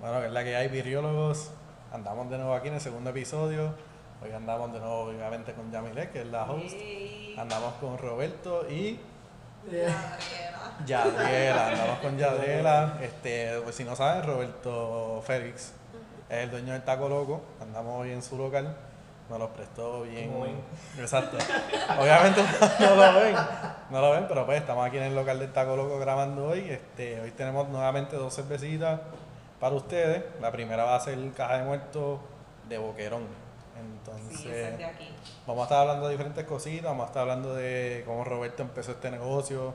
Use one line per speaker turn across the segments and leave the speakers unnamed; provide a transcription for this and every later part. Bueno, que es la que hay, virriólogos. Andamos de nuevo aquí en el segundo episodio. Hoy andamos de nuevo, obviamente, con Yamile, que es la host.
Ey,
Andamos con Roberto y
Gabriela.
Yadela. Andamos con Yadela. Este, pues si no saben, Roberto Félix es el dueño del Taco Loco. Andamos hoy en su local. Nos los prestó bien.
Como ven.
Exacto. Obviamente no lo ven. No lo ven, pero pues estamos aquí en el local del Taco Loco grabando hoy. Este, hoy tenemos nuevamente dos cervecitas para ustedes. La primera va a ser caja de muertos de boquerón. Entonces.
Sí, esa es de aquí.
Vamos a estar hablando de diferentes cositas, vamos a estar hablando de cómo Roberto empezó este negocio,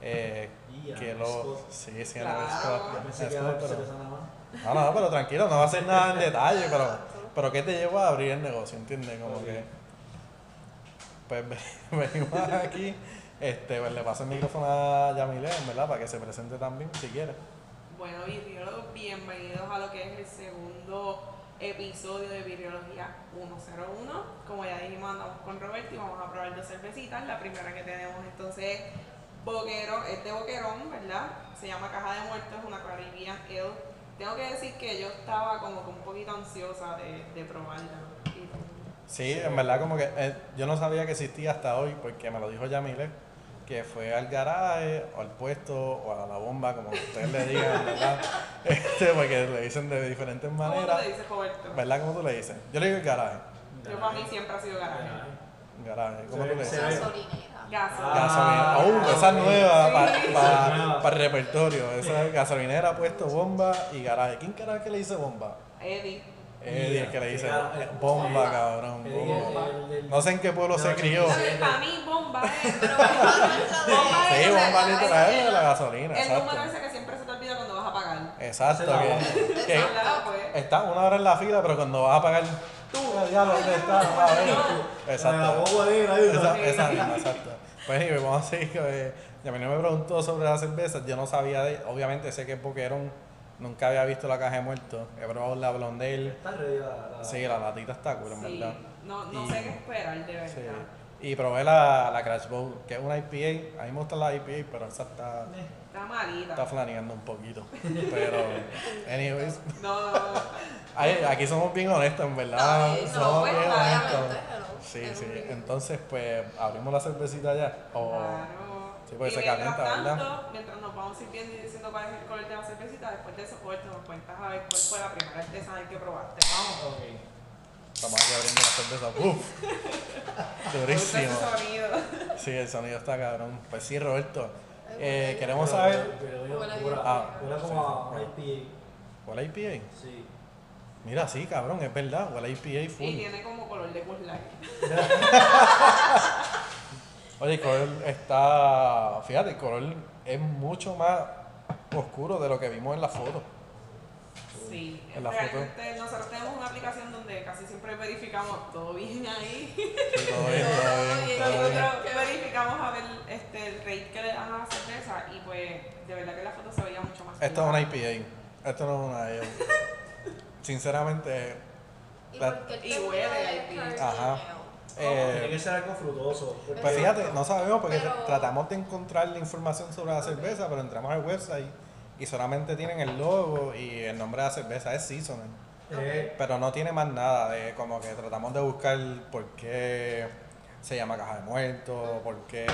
eh,
Y a
que
Alex
lo...
Scott.
Sí, sí,
Claro.
Alex Scott,
Yo pensé
Alex
que
Scott,
era
pero-
cerveza nada
No,
más.
no, pero tranquilo, no va a ser nada en detalle, pero, pero ¿qué te llevó a abrir el negocio? ¿Entiendes? Como
Ok.
que... Pues ve- venimos aquí, este, pues, le paso el micrófono a Yamile, en ¿verdad? Para que se presente también, si quiere.
Bueno, virriólogos, bienvenidos a lo que es el segundo episodio de Virriología 101. Como ya dijimos, andamos con Roberto y vamos a probar dos cervecitas. La primera que tenemos entonces es Boquerón, es de Boquerón, ¿verdad? Se llama Caja de Muertos, una Caribbean Ale. Tengo que decir que yo estaba como que un poquito ansiosa de, de probarla. Y,
Sí, en verdad como que eh, yo no sabía que existía hasta hoy porque me lo dijo Yamile, que fue al garaje o al puesto o a la bomba, como ustedes le digan, ¿verdad? Este, porque le dicen de diferentes
¿Cómo tú
maneras.
te dices, Roberto?
¿Verdad? ¿Cómo tú le dices? Yo le digo el garaje.
Yo para mí siempre ha sido garaje.
Garaje. ¿Cómo
Se
tú
ve-
le
se
dices?
ve-
gasolinera.
Gasolina.
Gasolina. Oh, esa es nueva
Ah, Sí.
para
Esa es nueva.
el repertorio. Esa es gasolinera, puesto bomba y garaje. ¿Quién carajo es que le dice bomba?
Eddie.
Eddie es que le
Mira,
dice
qué carajo.
eh, bomba, cabrón.
Eddie, el-
bomba.
el- el-
No sé en qué pueblo
No,
se
no,
crió.
no
Para
sé.
mí, bomba eh, es.
Sí,
Bomba
Pero vamos a
es, o sea,
bomba
la-
literal
el-
de la gasolina,
El número
exacto.
ese que siempre se te olvida cuando vas a pagar.
Exacto,
Esa es la
que, que
Esa es la, pues.
está una hora en la fila, pero cuando vas a pagar, tú, diablo, ¿dónde está? Ah, bueno, tú.
Ah,
Exacto,
bobo de él, ahí está.
Esa- exacto, exacto. Pues anyway, vamos a seguir. eh, y a mí no me preguntó sobre las cervezas, yo no sabía de, obviamente sé que es Boquerón, nunca había visto la caja de muertos, he probado la Blondel,
Está ready la- la-
eh, sí, la latita está cool, en
Sí,
verdad.
no, no
Y-
sé qué esperar, de verdad.
Sí. Y probé la, la Crash Bowl, que es una IPA, a mí me gustan las IPA, pero esa está...
Eh,
Está malita.
Está flaneando un poquito. Pero, anyways,
No, no, no.
ay, aquí somos bien honestos, en verdad.
No, eh, no,
somos
pues,
bien
claramente,
honestos.
hello,
Sí,
es
sí.
un review.
Entonces, pues, abrimos la cervecita ya. O
Ah. Claro.
Sí, porque
y
se
mientras
calienta, ¿verdad?
tanto, mientras nos vamos sirviendo y diciendo cuál es el color de la cervecita, después de eso, Roberto, nos cuentas a ver cuál fue la primera artesanal que probaste. Vamos.
ok.
estamos aquí abriendo la cerveza. ¡Uf!
Gusta ese
Durísimo.
sonido.
Sí, el sonido está cabrón. Pues sí, Roberto. eh, queremos
Pero-
saber. Ah.
pero yo-
Huele a
huele-
IPA.
huele como a una IPA.
¿Cuál IPA?
Sí.
Mira, sí, cabrón, es verdad. ¿Cuál IPA
Y
full?
tiene como color de Bud Light.
Oye, el color está. Fíjate, el color es mucho más oscuro de lo que vimos en la foto.
Sí,
En la
realmente nosotros tenemos una aplicación donde casi siempre verificamos todo bien ahí.
Sí, todo bien, todo bien, todo bien.
Nosotros verificamos a ver este, el rate que le dan a la cerveza y pues de verdad que la foto se veía mucho más
Esto es una
clara.
IPA. Esto no es una ale. Sinceramente,
¿Y por qué el
Y
tema
huele
de
a IPA.
Ajá.
Oh,
Tiene
eh,
que ser algo frutoso. porque-
pues fíjate, no sabemos porque
Pero-
tr- tratamos de encontrar la información sobre la cerveza, pero entramos al website y solamente tienen el logo y el nombre de la cerveza es Seasonal.
Eh,
Pero no tiene más nada de como que tratamos de buscar por qué se llama caja de muertos, por qué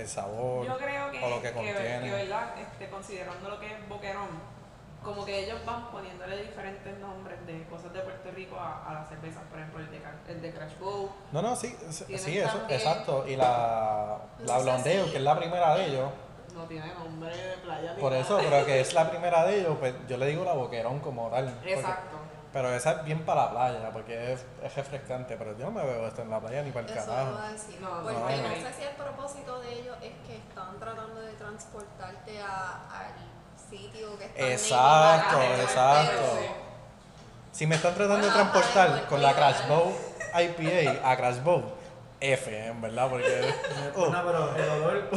el sabor
Yo creo que,
o lo que
que, ver- que,
contiene.
verdad, este, considerando lo que es Boquerón, como que ellos van poniéndole diferentes nombres de cosas de Puerto Rico a, a las cervezas, por ejemplo el de, Ca- el de Crash Bow.
No, no, sí, sí,
Tienen
sí, eso,
también-
exacto. Y la, la
No sé
blondeo,
si-
que es la primera de ellos,
No tiene nombre de playa. ni
por
nada.
eso, pero que es la primera de ellos, pues yo le digo la boquerón como tal. porque-
Exacto.
pero esa es bien para la playa, porque es, es refrescante, pero yo no me veo esto en la playa ni para el
Eso
carajo.
no va a decir.
No,
porque
no,
no,
no.
sé si el propósito de ellos es que están tratando de transportarte a, al sitio que están
Exacto,
minimal,
exacto.
pero-
Si me están tratando de
Bueno,
transportar
bueno,
con la
bueno.
Crash Bow IPA a Crash Bow, F, en verdad, porque oh, Eh,
No, pero el olor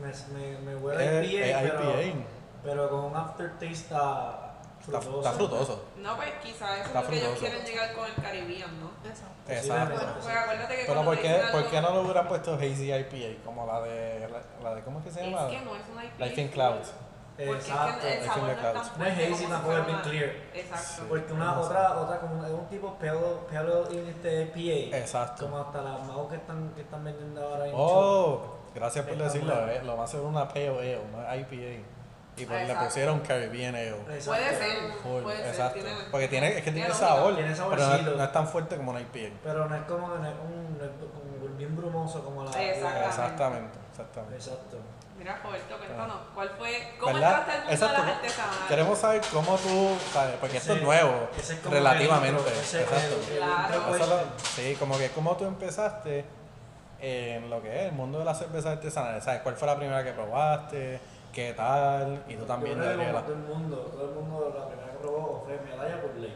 me, me, me huele a
es,
IPA,
es
pero,
IPA.
pero con un aftertaste a
Está, está frutoso.
No, pues quizás eso
Está
es lo que ellos
frutoso.
quieren llegar con el Caribbean, ¿no?
Exacto.
Exacto.
Bueno,
Pues acuérdate que
Pero
cuando
¿por
te
qué,
dicen
¿por qué
algo-
no lo hubieran puesto Hazy IPA como la de, la, la de ¿cómo es que se llama?
Es que no es una IPA.
Life in Clouds.
Porque
Exacto.
es que el
es
sabor no
que me
es tan
causa.
fuerte
No es
como si
hazy, tampoco es
fuera
bien
una-
clear.
Exacto.
Porque una
No sé.
otra, otra como es un tipo pale, pale in este PA.
Exacto.
Como hasta las mouse que están, que están vendiendo ahora en
Oh, gracias por decirlo.
Espectacular.
eh, Lo más seguro una POE, una IPA. Y pues le
Ah, Exacto.
pusieron Caribbean Ale.
Chula. Exacto.
Puede ser,
Full,
puede ser.
exacto.
tiene-
Porque tiene, es que tiene
lógica.
sabor,
Tiene
pero no es-
saborcito.
no es tan fuerte como una IPA.
Pero no es como que no es un, no es como bien brumoso como la.
Exactamente.
Exactamente, exactamente.
Exacto.
Mira, Roberto, cuéntanos, ¿cuál fue, cómo
Ah. ¿Verdad?
entraste al mundo
Exacto.
de las artesanas?
Queremos saber cómo tú, sabes, porque esto es
Ese-
nuevo,
ese es como
relativamente.
el intro, ese es
exacto.
el- el
Claro.
intro pues.
Eso es
question.
lo- sí, como que cómo tú empezaste en lo que es el mundo de las cervezas artesanales, ¿sabes? ¿Cuál fue la primera que probaste? ¿Qué tal? Y tú también,
Yo creo que como
Gabriela.
Todo el mundo, todo el mundo la primera que probó fue medalla por ley.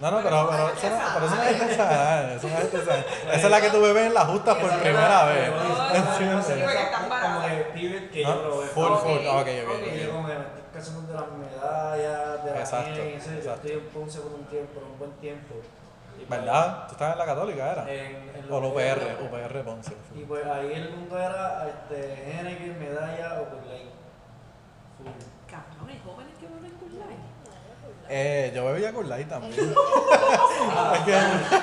No, no, pero, pero, eso, no, pero eso no es artesanal, eso no es artesanal. Esa es la que tú bebes en la justa por
Esa
primera
fue
vez.
la-
No,
esa fue la-
sí,
¿Entiendes?
porque están
Como
baratas.
que pivot que
No,
yo probé.
Full,
Ok,
full, Ah, ok, ok,
ok.
ok.
Y yo como que me estoy casando de las medallas, de las
Exacto,
bien, ese, yo
exacto.
estoy en Ponce por un tiempo, por un buen tiempo. Y pues,
¿Verdad? Tú estabas en la católica, ¿era?
En, en
O la
lo que era-
UPR, UPR Ponce.
Y pues ahí el mundo era este, Henneken, medalla o por ley. Full.
Cabrón, hay jóvenes que beben Cool Light.
Eh, yo bebía con light también.
Ah,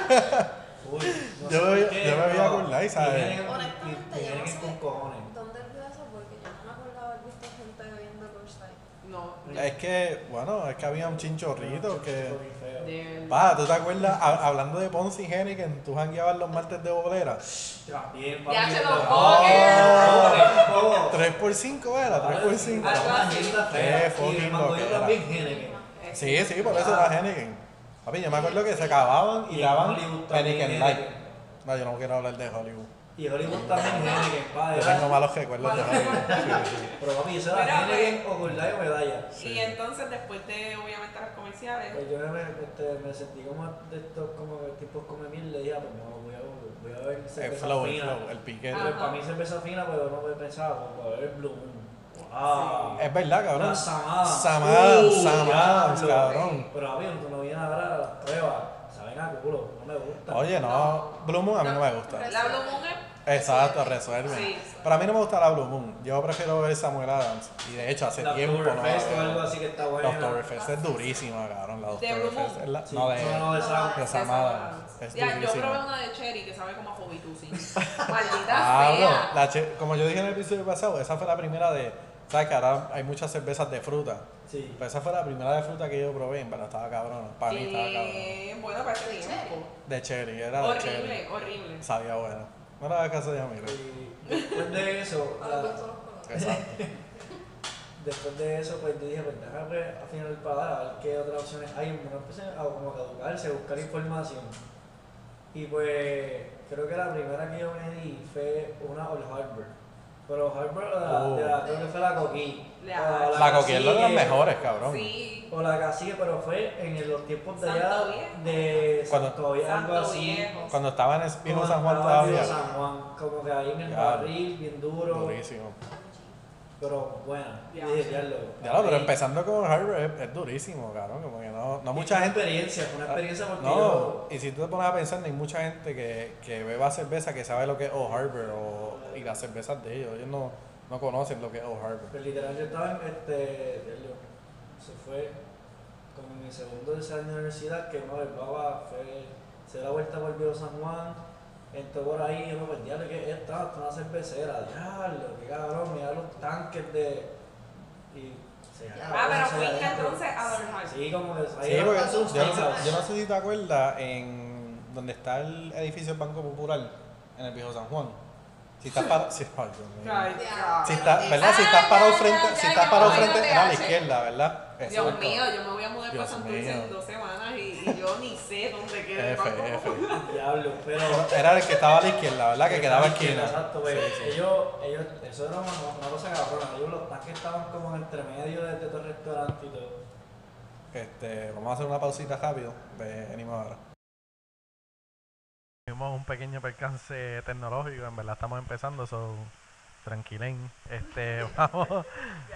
full. No
Yo
sé
bebía-
por qué,
yo bebía
pero-
con Light, ¿sabes?
y Henneken- y-
Honestamente,
y
yo no
Henneken con
sé.
cojones.
¿Dónde vio eso? Porque yo no me acordaba haber visto gente bebiendo Coachline.
No,
Es que, bueno, es que había un chinchorrito que...
Bien feo.
de
Pa, ¿tú te acuerdas? Ha- hablando de Ponce y Henneken, tú jangueabas los martes de bolera.
También,
Ya se los
pero-
cogen.
No, no, no.
3x5 era, 3x5.
Ah,
Algo así.
Qué
Qué
fucking loquera.
también Henneken.
Sí, sí, por eso era Henneken. Papi, yo me acuerdo que se acababan y
Y
daban
Hollywood también
Henneken
Henneken.
Light. No, yo no quiero hablar de Hollywood.
Y Hollywood también Henneken, padre.
Yo tengo malos recuerdos de Hollywood. Sí, sí, sí.
Pero papi, eso
Mira,
era Henneken o Gordai o medalla.
Y entonces, después de, obviamente, las comerciales,
Pues yo me, este, me sentí como de estos como que tipos come mil, le dije, ah, pues no, voy a, voy a ver
El
cerveza
flow, el
fina.
flow, el piquete.
Pues
Ajá.
para mí cerveza fina, pero no me pensaba, como a ver Blue Moon. Ah,
Es verdad, cabrón.
Una samada.
Samada,
Ah, Uh,
samada,
diablo.
cabrón.
Pero papi, tú no vienes ahora a las pruebas, saben a culo, no me gusta.
Oye, no, Blue Moon a mí no me gusta.
la Blue Moon es-
Exacto, resuelve.
Sí.
Pero a mí no me gusta la Blue Moon. Yo prefiero ver Samuel Adams. Y de hecho, hace
La
tiempo no. la
Oktoberfest o algo
veo.
así que está
La
bueno.
Oktoberfest es durísima, cabrón. La
¿De Blue
Oktoberfest
Moon?
es la.
Sí,
No, de.
no, no, de Sam.
de Samada. Es
Ya, yo probé
durísima.
una de cherry que sabe como a Hobitusi. Maldita
Cabrón,
sea.
la che- como yo dije en el episodio pasado, esa fue la primera de. ¿Sabes que ahora hay muchas cervezas de fruta?
Sí.
Pero esa fue la primera de fruta que yo probé, pero estaba cabrona. Para mí estaba cabrona.
Eh, bueno, para ese tiempo.
De cherry, era de cherry.
Horrible, horrible.
Sabía bueno. No le hagas caso de Yamiro.
Y después de eso,
Ahora
la-
con todos los colores.
Exacto.
después de eso, pues yo dije, pues déjame afinar el paladar, a ver qué otras opciones hay. Bueno, empecé a como que educarse, a buscar información. Y pues creo que la primera que yo me di fue una Old Harbor. Pero Harbor, la,
Oh.
de la- creo que fue la coquí.
La-
O
La coquilla es la de las
Cacique.
mejores, cabrón.
Sí.
O la cacique, pero fue en los tiempos de allá
Santo Viejo.
de
Cuando-
Santo Viejo, algo
Santo
así.
Viejo. Ah,
Cuando estaba en el viejo
Como
San Juan
andaba en
todavía.
Viejo San Juan, como que ahí en el
Ya.
barril, bien duro.
Durísimo.
Pero bueno,
Ya.
dije, ya lo.
Ya lo, pero empezando con Harvard es, es durísimo, cabrón. Como que no, no mucha gente. Ah,
experiencia, fue una experiencia porque
No,
yo.
y si tú te pones a pensar, no hay mucha gente que, que beba cerveza que sabe lo que es Old Harbor o, y las cervezas de ellos. Ellos no, no conocen lo que es Old Harbor.
Pues literal, yo estaba en este. ya lo- Se fue como en mi segundo design de universidad que uno verbaba, fue. Se da vuelta por Viejo San Juan, entró por ahí y yo me perdí, diablo, ¿qué es esta? Esto es una cervecera, diablo, qué cabrón, mira los tanques de. Y se
Ah, pero
se
fuiste
adentro.
entonces a Dornheim.
Sí, como que ahí
Sí,
era
porque
tanto un
yo no, sé,
steakhouse.
yo no sé si te acuerdas en donde está el edificio del Banco Popular, en el viejo San Juan. Si estás para. Si, ay, Dios mío.
Ay,
Ya.
Si
cabrón.
está, ¿verdad? Si estás parado
Ah, ya,
frente,
ya,
si
ya,
estás
ya,
parado
ya,
frente,
ya,
era a la
ya.
izquierda, ¿verdad?
Dios
Exacto.
mío, yo me voy a mudar para
Dios
Santo Dulce
mío.
en dos semanas y, y yo ni sé dónde queda. el
F,
banco.
F.
Diablo, pero.
Era el que estaba a la izquierda, ¿verdad? Que quedaba esquina.
Exacto, güey. Ellos, ellos, eso era una, una cosa cabrona. Ellos los tanques estaban como en entre medio de, de todo el restaurante y todo.
Este, vamos a hacer una pausita rápido. Venimos ahora. Tuvimos un pequeño percance tecnológico, en verdad estamos empezando, so tranquilen. Este, vamos,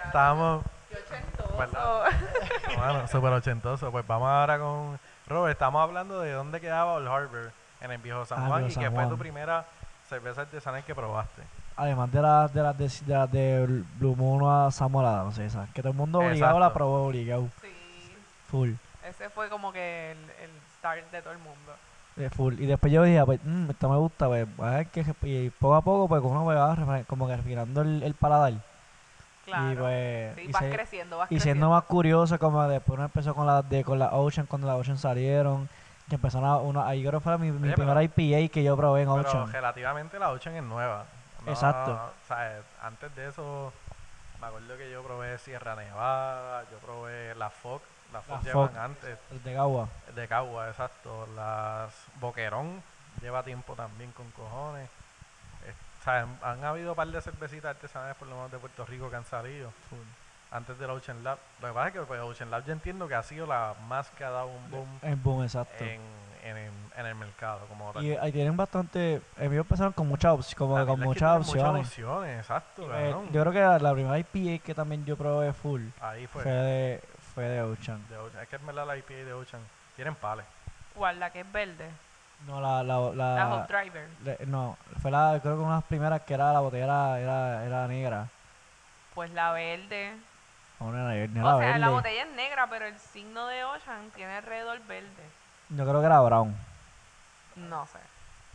estábamos,
Yo ochentoso.
¿Verdad? bueno, súper ochentoso. Pues vamos ahora con Robert, estamos hablando de dónde quedaba Old Harbor en el viejo San
Ah,
Juan
viejo
y
San
que fue
Juan.
tu primera cerveza artesanal que probaste.
Además de las de, las de, de, las de Blue Moon a Samuel Adams, esas, que todo el mundo obligado la
Exacto.
probó, obligado,
Sí,
full,
ese fue como que el, el start de todo el mundo.
eh, full. Y después yo dije, ah, pues, mm, esta me gusta, pues, a ver que, y poco a poco, pues, uno pues, va refina- como que refinando el, el paladar.
Claro.
Y pues,
sí,
y,
vas
se-
creciendo, vas
y
creciendo.
siendo más curioso, como después uno empezó con la, de, con la Ocean, cuando la Ocean salieron, que empezaron a, uno, ahí creo que fue mi, mi
Oye, pero-
primera IPA que yo probé en
Pero
Ocean.
relativamente la Ocean es nueva.
Exacto.
O sea, antes de eso, me acuerdo que yo probé Sierra Nevada, yo probé la Fox, la Fox
La
llevan
Fox.
antes,
El de Gawa.
de Cagua, exacto. Las Boquerón lleva tiempo también con cojones. Eh, o sea, han- han habido un par de cervecitas artesanales, por lo menos de Puerto Rico, que han salido antes del Ocean Lab. Lo que pasa es que pues, Ocean Lab yo entiendo que ha sido la más que ha dado un boom
En boom, exacto.
en, en, el- en el mercado. Como tal.
Y ahí tienen bastante. Ellos empezaron con muchas opciones. Como que
La
con
verdad es que
muchas
tienen muchas
opciones.
opciones, exacto,
Eh,
cabrón.
yo creo que la, la primera IPA que también yo probé full
Ahí fue.
fue de, fue de Ocean.
de Ocean. Es que en verdad la IPA de Ocean tienen pales.
¿Cuál? La que es verde.
No, la. la, la-
la Hop Driver.
le- no, fue la, creo que una de las primeras que era la botella era, era, era negra.
Pues la verde.
No, no era, no
O
era
sea, la
verde.
botella es negra, pero el signo de Ocean tiene alrededor verde.
Yo creo que era brown.
No sé.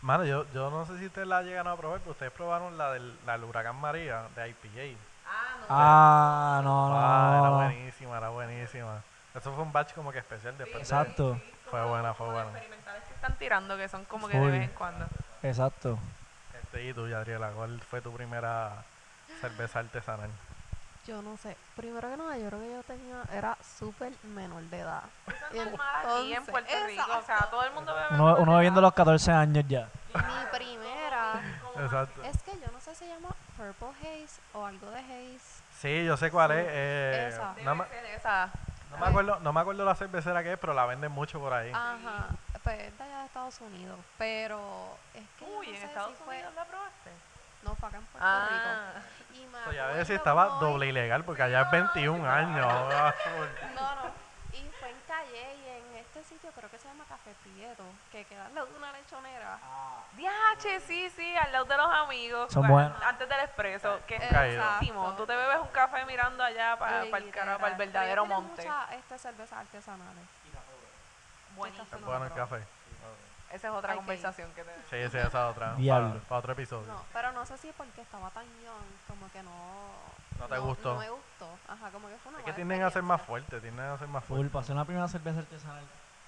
Mano, yo, yo no sé si ustedes la llegan a probar, pero ustedes probaron la del, la del huracán María de IPA.
Ah, no.
Ah, no,
Ah, era
no, no.
buenísima, era buenísima. Eso fue un batch como que especial después. de-
Exacto.
Fue buena, fue
Los
buena.
experimentales que están tirando, que son como que de
Full.
vez en cuando.
Exacto.
Este, y tú, Adriela, ¿cuál fue tu primera cerveza artesanal?
Yo no sé. Primero que nada, yo creo que yo tenía, era súper menor de edad.
Eso es normal aquí en
Entonces, ah,
Puerto Rico. O sea, todo el mundo bebe.
Uno,
menor de
uno bebiendo a
edad.
los 14 años ya.
Mi primera,
Exacto.
es que yo no sé si se llama Purple Haze o algo de Haze.
Sí, yo sé cuál es. eh,
esa.
no, me,
Debe ser esa.
no me acuerdo, no me acuerdo la cervecera que es, pero la venden mucho por
Ah,
ahí.
Ajá, pues es de allá de Estados Unidos, pero es que yo
Uy,
no
en
sé
Estados
si fue,
Unidos la probaste.
no fue acá en Puerto
Ah,
Rico. Y me
Oye, a ver si
acuerdo
estaba
como hoy-
doble ilegal, porque allá es 21 años. Ah,
No, no. Y fue en Calle y en este sitio creo que se llama Café Prieto, que queda al lado de una lechonera.
Ah, DH, sí, sí, al lado de los amigos.
Son
Bueno,
buenos.
Antes del expreso, que es
Caído.
carísimo. Tú te bebes un café mirando allá para, el,
Literal.
para el verdadero
Pero ellos
monte.
tienen muchas este, cervezas artesanales.
Buenísimo.
Es bueno el café.
Esa es otra
Ay, qué-
conversación que tenemos.
Sí, sí, esa otra.
Diablo.
Para, para otro episodio.
No, pero no sé si porque estaba tan young, como que no...
No te gustó.
No me gustó. Ajá, como que fue una
es que
mala
tienden a ser más
experiencia.
fuertes, tienden a ser más
Full,
fuertes.
para hacer una primera cerveza artesanal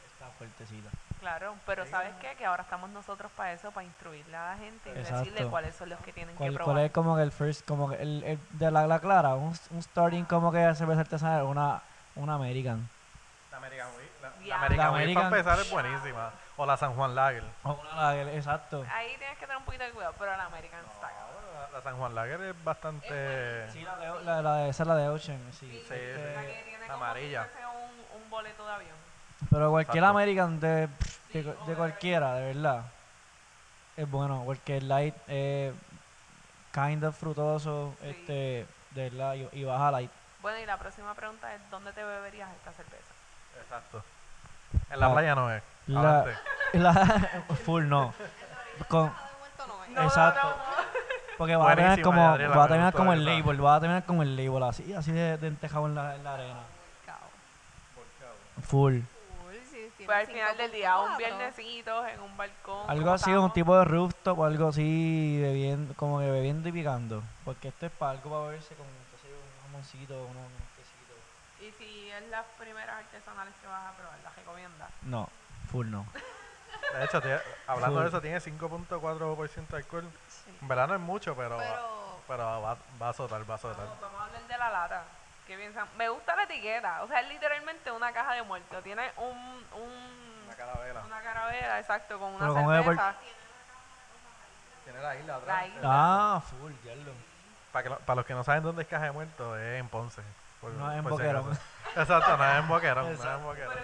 está fuertecita.
Claro, pero ¿sabes qué? Que ahora estamos nosotros para eso, para instruirle a la gente y decirle
Exacto.
cuáles son los que tienen que
¿Cuál,
probar.
cuál es como que el first, como que el, el de la, la clara? Un, un starting como que cerveza artesanal, una, una American.
La American Wheat, la, la
Ya.
American
La
Wheat, para
American-
empezar es buenísima. O la San Juan Lager.
O una lager, exacto.
Ahí tienes que tener un poquito de cuidado, pero la American está acá.
La, la San Juan Lager es bastante
Sí, la de, la, la de, esa es la de Ocean, sí.
Sí,
sí,
Este,
La que tiene como
amarilla.
si fuese un, un boleto de avión.
Pero cualquier
Exacto.
American de, de, de cualquiera, de verdad. Es bueno, cualquier light, eh, kind of frutoso,
Sí.
este, de verdad, y, y baja light.
Bueno, y la próxima pregunta es, ¿dónde te beberías esta cerveza?
Exacto. En la
La-
playa no es.
la-
Adelante.
La, full no. Con,
Ah, de vuelto no es.
exacto. Porque va a terminar
Buenísima,
como,
Adriana,
va a
me
terminar
gustó
como el
esa.
label, va a terminar como el label, así, así de, de entejado en la, en la arena.
Cao.
Full.
Cool, sí, tiene
Pues al final del día, un
5.4.
viernesito en un balcón.
Algo
como
así, un
estamos.
tipo de rooftop o algo así, bebiendo, como que bebiendo y picando. Porque esto es para algo para beberse con qué sé yo, un jamoncito, unos- unos quesitos.
Y si es las primeras artesanales que vas a probar, ¿las recomiendas?
No, full no.
De hecho, tiene- hablando de
Full.
eso, tiene 5.4% de alcohol.
Sí.
En verano es mucho, pero, pero...
Pero
va, va a azotar, va a azotar.
Vamos, vamos a hablar de la lata. ¿Qué piensan? Me gusta la etiqueta. O sea, es literalmente una caja de muerto. Tiene un, un-
Una carabela.
una caravera, exacto, con una
Pero con el
cerveza.
Tiene la isla
atrás. La isla.
Ah, full, ya lo.
Para, que lo- para los que no saben dónde es Caja de Muertos, es en Ponce. por-
No es en
por si acaso.
Boquerón.
Exacto, no es en Boquerón. no es en Boquerón.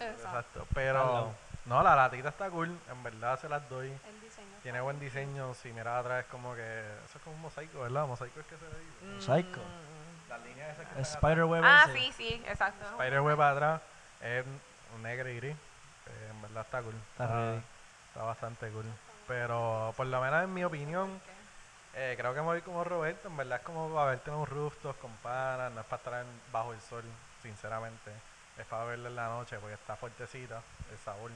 Exacto. Pero, no, la latita está cool. En verdad se las doy.
el diseño.
Tiene buen diseño. Si miras atrás, es como que. Eso es como un mosaico, ¿verdad? Mosaico es que se le dice.
Psycho.
Mm.
Las líneas esas que están
Spiderweb
Ah,
ese.
sí, sí, exacto.
atrás. Spiderweb para atrás es un negro y gris. Eh, en verdad está cool.
Está ready.
está bastante cool. Pero, por lo menos en mi opinión, Eh, creo que me voy como Roberto, en verdad es como para verte en un rooftop con panas, no es para estar en- bajo el sol, sinceramente. Es para verla en la noche porque está fuertecita el sabor.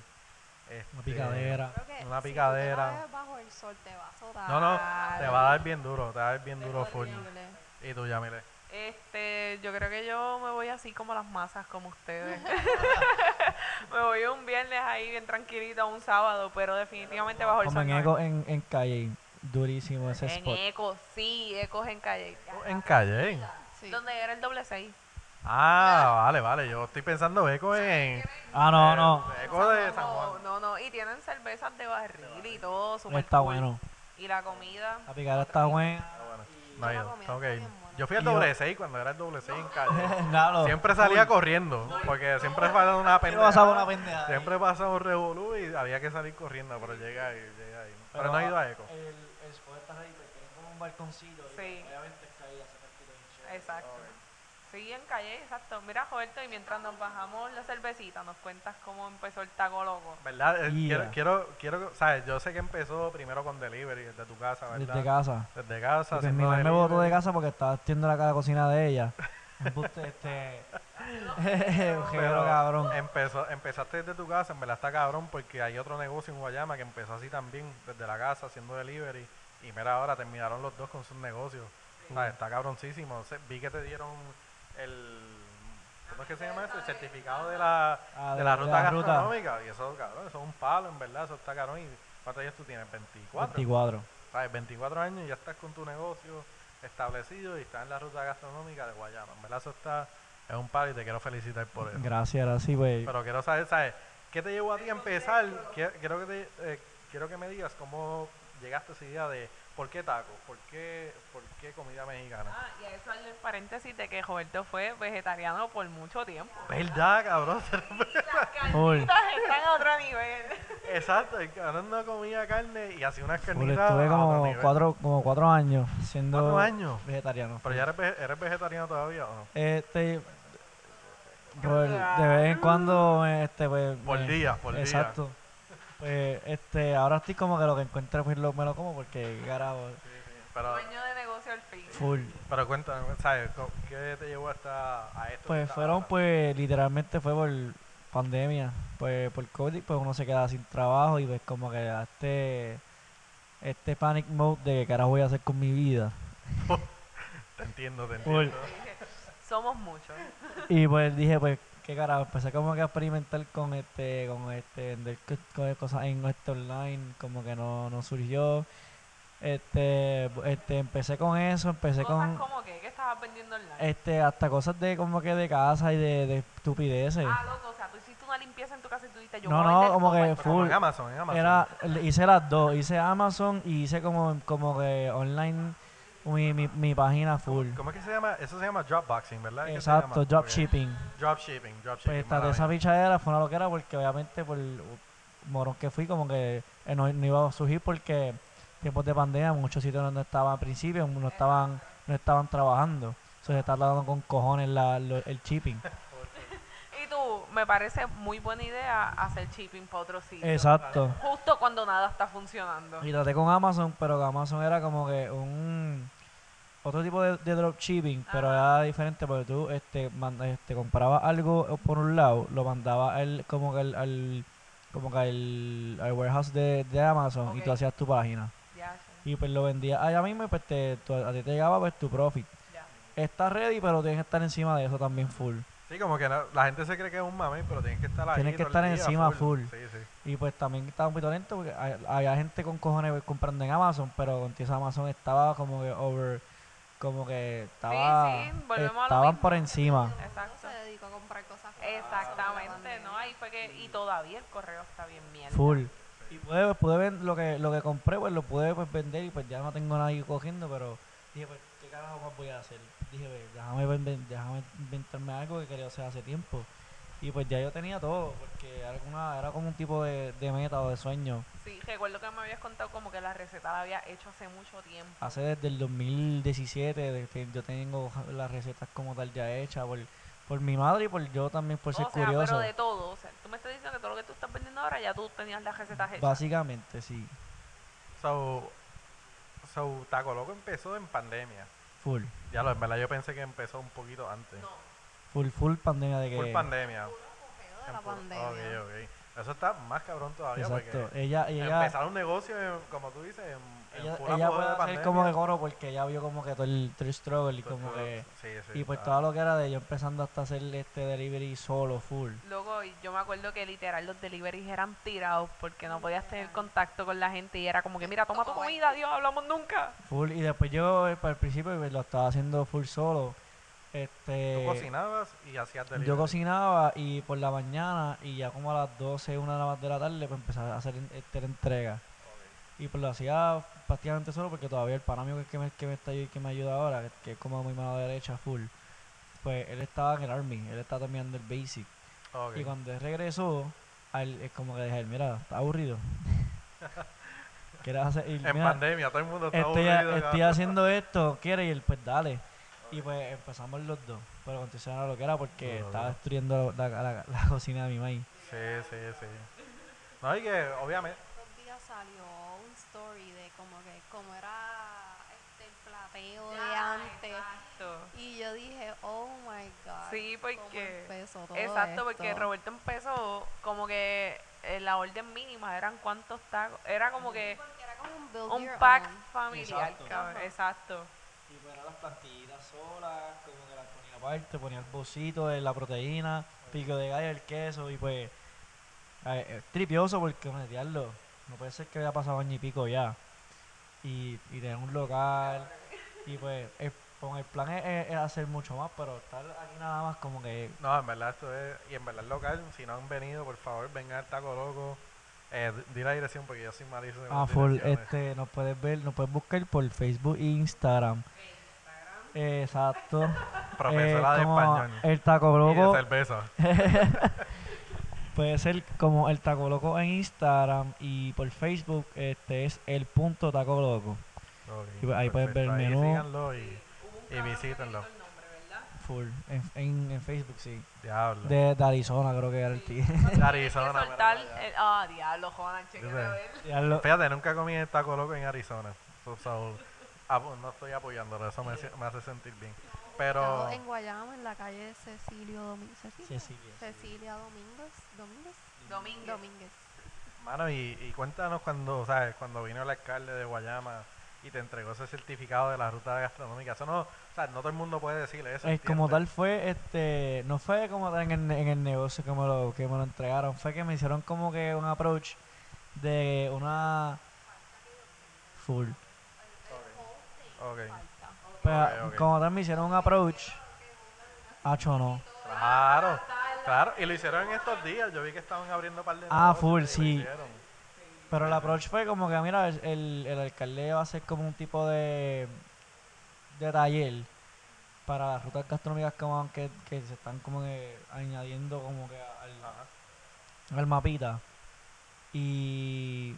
Este,
Una picadera.
Creo que
Una
si tú te la
picadera.
ves bajo el sol te va a sudar.
No, no, te va a dar bien duro, te va a dar bien duro full.
horrible.
Y tú, Yamile.
Este, yo creo que yo me voy así como las masas, como ustedes. me voy un viernes ahí bien tranquilito, un sábado, pero definitivamente bajo el
Como
sol.
en
no.
Eco, en, en calle. Durísimo ese
En
spot.
Eco, sí, Ecos en Calle.
En calle. ¿eh?
Sí.
Donde era el doble seis.
Ah, vale, vale. Yo estoy pensando eco en.
Ah, no, no.
Eco de San
No,
Juan.
no, no, y tienen cervezas de barril y todo, super
Está
cool.
bueno.
Y la comida.
La picadera está buena.
Ah, bueno. No,
la
yo
comida
tengo
está
que ir.
bien buena.
Yo fui al doble 6 cuando era el doble 6 en calle.
Nalo.
Siempre salía corriendo, porque siempre pasaba una
Siempre pasaba
pendeja.
una pendeja.
Siempre pasaba un revolú y había que salir corriendo, pero llega ahí, llega ahí. Pero, no he ido a eco.
El, el spot está ahí, porque es como un balconcito. y
Sí.
Obviamente es calle, hace tranquilo y chévere.
Exacto. Sí, en calle, exacto. Mira, Roberto, y mientras nos bajamos la cervecita, nos cuentas cómo empezó el taco loco.
¿Verdad? Eh,
Yeah.
Quiero, quiero, quiero, sabes, yo sé que empezó primero con delivery, desde tu casa, ¿verdad?
Desde casa.
Desde casa,
Porque mi
haciendo
mamá Pues me
delivery.
botó de casa porque estaba haciendo la ca- cocina de ella. Embuste, este. Ojero,
Pero
cabrón.
Empezó, empezaste desde tu casa, en verdad está cabrón, porque hay otro negocio en Guayama que empezó así también, desde la casa, haciendo delivery. Y mira, ahora terminaron los dos con sus negocios. O sea, está cabroncísimo. Se- vi que te dieron el. ¿Cómo es que se llama eso? El certificado de la,
Ah,
de la ruta
ruta.
gastronómica. Y eso, cabrón, eso es un palo, en verdad, eso está cabrón. ¿Y cuántos años tú tienes? 24.
24.
¿Sabes? 24 años y ya estás con tu negocio establecido y estás en la ruta gastronómica de Guayama. En verdad, eso está. Es un palo y te quiero felicitar por eso.
Gracias, era así, güey.
Pero quiero saber, ¿sabes? ¿Qué te llevó a ti a empezar? Quie- Quiero que, te- eh, quiero que me digas cómo llegaste a esa idea de por qué tacos, por qué, por qué comida mexicana.
Ah, y a eso hazle el paréntesis de que Roberto fue vegetariano por mucho tiempo.
¿Verdad, cabrón?
Las
Full.
carnitas están a otro nivel.
Exacto, el cabrón no comía carne y hacía unas
Full,
carnitas.
Pues, estuve
a otro
como
nivel.
cuatro, como cuatro años siendo
¿Cuatro años?
vegetariano.
Pero ya eres, ve- eres vegetariano todavía o no?
Este, pues, de vez en cuando, este, pues...
Por
me-
día, por día.
Exacto. Pues, este, ahora estoy como que lo que encuentro pues, lo, me lo como porque, carajo,
Pero,
Dueño de negocio al fin.
full.
pero cuéntame, ¿sabes? Co- ¿Qué te llevó hasta a esto? que
Pues
estás
fueron,
ahora?
pues, literalmente fue por pandemia, pues, por COVID, pues uno se queda sin trabajo y pues como que da este, este panic mode de qué carajo voy a hacer con mi vida.
Te entiendo, te
Full.
entiendo.
Somos muchos.
Y pues dije, pues, qué carajo, empecé como que a experimentar con este, con este, vender co- co- cosas en este online, como que no, no surgió. Este, bu- este, empecé con eso, empecé
Cosas
con,
como que, que estabas vendiendo online.
este, hasta cosas de como que de casa y de, de estupideces.
Ah, loco, o sea, tú hiciste una limpieza en tu casa y tú dijiste yo
No,
voy a
no,
vender todo
como que
esto.
Pero como
full.
en Amazon, en Amazon.
Era, le- hice las dos, hice Amazon y hice como, como que online mi, mi, mi página full.
¿Cómo es que se llama? Eso se llama dropboxing, ¿verdad? ¿Qué se
Exacto,
llama?
dropshipping.
Ok. Dropshipping,
Pues
dropshipping.
esta, de esa
maravilla.
bichadera fue una loquera porque obviamente por el morón que fui como que eh, no, no iba a surgir porque tiempos de pandemia muchos sitios no- no estaban al principio, no estaban, no estaban trabajando. Eso se está dando con cojones la- lo- el shipping.
Y tú, me parece muy buena idea hacer shipping para otro sitio.
Exacto.
Justo cuando nada está funcionando.
Y traté con Amazon, pero Amazon era como que un otro tipo de, de dropshipping, pero era diferente porque tú este, manda- este comprabas algo eh, por un lado, lo mandabas al, como que al, al- como que al, al warehouse de, de Amazon y tú
Ok.
hacías tu página.
Ya,
Y pues lo vendías allá mismo y pues te, tú- a ti te llegaba pues tu profit.
ya.
Está ready, pero tienes que estar encima de eso también full.
Sí, como que no- la gente se cree que es un mame, pero tienes que estar ahí.
Tienes que
todo
estar
el día,
encima, full.
Sí, sí.
Y pues también estaba un poquito lento porque hay- había gente con cojones comprando en Amazon, pero entonces Amazon estaba como que over, como que estaba,
sí, volvemos a lo
estaban
mismo.
por encima.
Exacto.
Se dedicó a comprar cosas. por
Exactamente, ¿no? Ahí fue que. Y todavía el correo está bien mierda.
Full. Y pude, pude ver lo que, lo que compré, pues lo pude pues, vender y pues ya no tengo nadie cogiendo, pero dije, pues, ¿qué carajo más voy a hacer? Dije, pues, déjame, ven- ven- déjame inventarme algo que quería hacer hace tiempo. Y pues ya yo tenía todo, porque era, como una- era como un tipo de, de meta o de sueño.
Sí, recuerdo que me habías contado como que la receta la había hecho hace mucho tiempo.
Hace desde el 2017, de que yo tengo las recetas como tal ya hechas por, por mi madre y por yo también por ser
o sea,
Pues curioso.
pero de todo. O sea, tú me estás diciendo que todo lo que tú estás vendiendo ahora ya tú tenías las recetas hechas.
Básicamente, sí.
So, So, Taco Loco empezó en pandemia.
Full.
Ya lo, en verdad yo pensé que empezó un poquito antes.
Full, full pandemia de que.
Full pandemia.
Apogeo de la
En pu-
pandemia.
Ok, ok. Eso está más cabrón todavía
Exacto.
porque
Ella, ella,
empezar un negocio, en- como tú dices, en, en
ella,
pura
ella
apogeo
puede
de
hacer
pandemia.
como que coro porque ella vio como que todo el, todo el struggle y
Todo-
como
todo-
que.
sí, sí,
Y pues
está.
todo lo que era de yo empezando hasta hacer este delivery solo, full.
Luego, y yo me acuerdo que literal los deliveries eran tirados porque no podías tener contacto con la gente y era como que, mira, toma tu comida, Dios, hablamos nunca.
Full. Y después yo, eh, para el principio, pues, lo estaba haciendo full solo. Este,
Tú cocinabas y hacías delivery.
Yo cocinaba y por la mañana y ya como a las 12, 1 de la, de la tarde, pues empezaba a hacer en- este, entrega. Y pues lo hacía prácticamente solo porque todavía el pana mío que, que me, que me está ayu- que me ayuda ahora, que, que es como mi mano derecha full, pues él estaba en el army, él estaba terminando el basic.
Ok.
Y cuando él regresó, a él, es como que dije, mira, está aburrido. ¿Quieres hacer? Y
En
mira,
pandemia, todo el mundo está
estoy,
aburrido.
Este estoy
cabrón.
haciendo esto, quiere y él pues dale. Y pues empezamos los dos. Pero entonces era lo que era porque
Duro,
estaba
duro.
destruyendo la, la- la- la cocina de mi maíz.
Sí, sí, sí. No, y que obviamente...
Estos días salió un story de como que cómo era este, el plateo de
Ya,
antes. Y yo dije, oh my god.
Sí,
¿cómo
porque-
empezó todo
Exacto, porque
esto?
Roberto empezó como que eh, la orden mínima eran cuántos tacos, era como que
Porque era como un build
un
your
pack
own.
familiar,
Exacto.
cabrón, exacto.
Y pues eran las plantillitas solas, como que las ponía aparte, ponía el bocito, eh, la proteína, pico de gallo, el queso y pues... eh, eh, tripioso porque, bueno, diablo, no puede ser que haya pasado año y pico ya. Y, y tener un local y pues... el- con el plan es, es- es hacer mucho más, pero estar aquí nada más como que
No, en verdad esto es... Y en verdad el local, si no han venido, por favor, vengan al Taco Loco. Eh, di- di la dirección porque yo soy malísimo en
Ah,
las
full,
direcciones.
este, nos puedes ver, nos puedes buscar por Facebook e Instagram. Exacto.
Profesora
Eh,
de
como
español.
El taco
Y de
loco.
cerveza.
Puede ser como el taco loco en Instagram y por Facebook, este es el punto taco loco.
Ok,
Y ahí pueden ver el
perfecto. Ahí
menú.
síganlo y,
Hubo un
y visítenlo.
Full. En, en- en Facebook, sí.
Diablo.
De, de Arizona, creo que era el tío.
De
Hay que
Arizona.
soltar
mira,
el- Ah, diablo, Juan, chequen
Dice-
a ver.
Ya lo-
Fíjate, nunca comí el taco loco en Arizona. So, so, apo- no estoy apoyándolo, eso me, hace- me hace sentir bien. Pero
Estamos en Guayama, en la calle Cecilio Domínguez. Cecilia,
Cecilia,
Cecilia Domínguez. Domínguez.
Domingo.
Domínguez.
Mano, y, y cuéntanos cuando, ¿sabes? Cuando vino el alcalde de Guayama y te entregó ese certificado de la ruta gastronómica. Eso no, o sea, no todo el mundo puede decirle eso.
Es como tal
¿entiendes?
fue, este, no fue como tal en el, ne- en el negocio que me, lo, que me lo entregaron, fue que me hicieron como que un approach de una full.
Ok.
Pues,
Ok, ok.
Como tal me hicieron un approach, hacho no.
Claro, claro. Y lo hicieron en estos días. Yo vi que estaban abriendo par de
Ah,
negocios
full,
y lo
sí.
hicieron.
Pero el approach fue como que, mira, el- el, el alcalde va a hacer como un tipo de, de taller para las rutas gastronómicas que, van- que, que se están como que añadiendo como que al,
Ajá.
al mapita. Y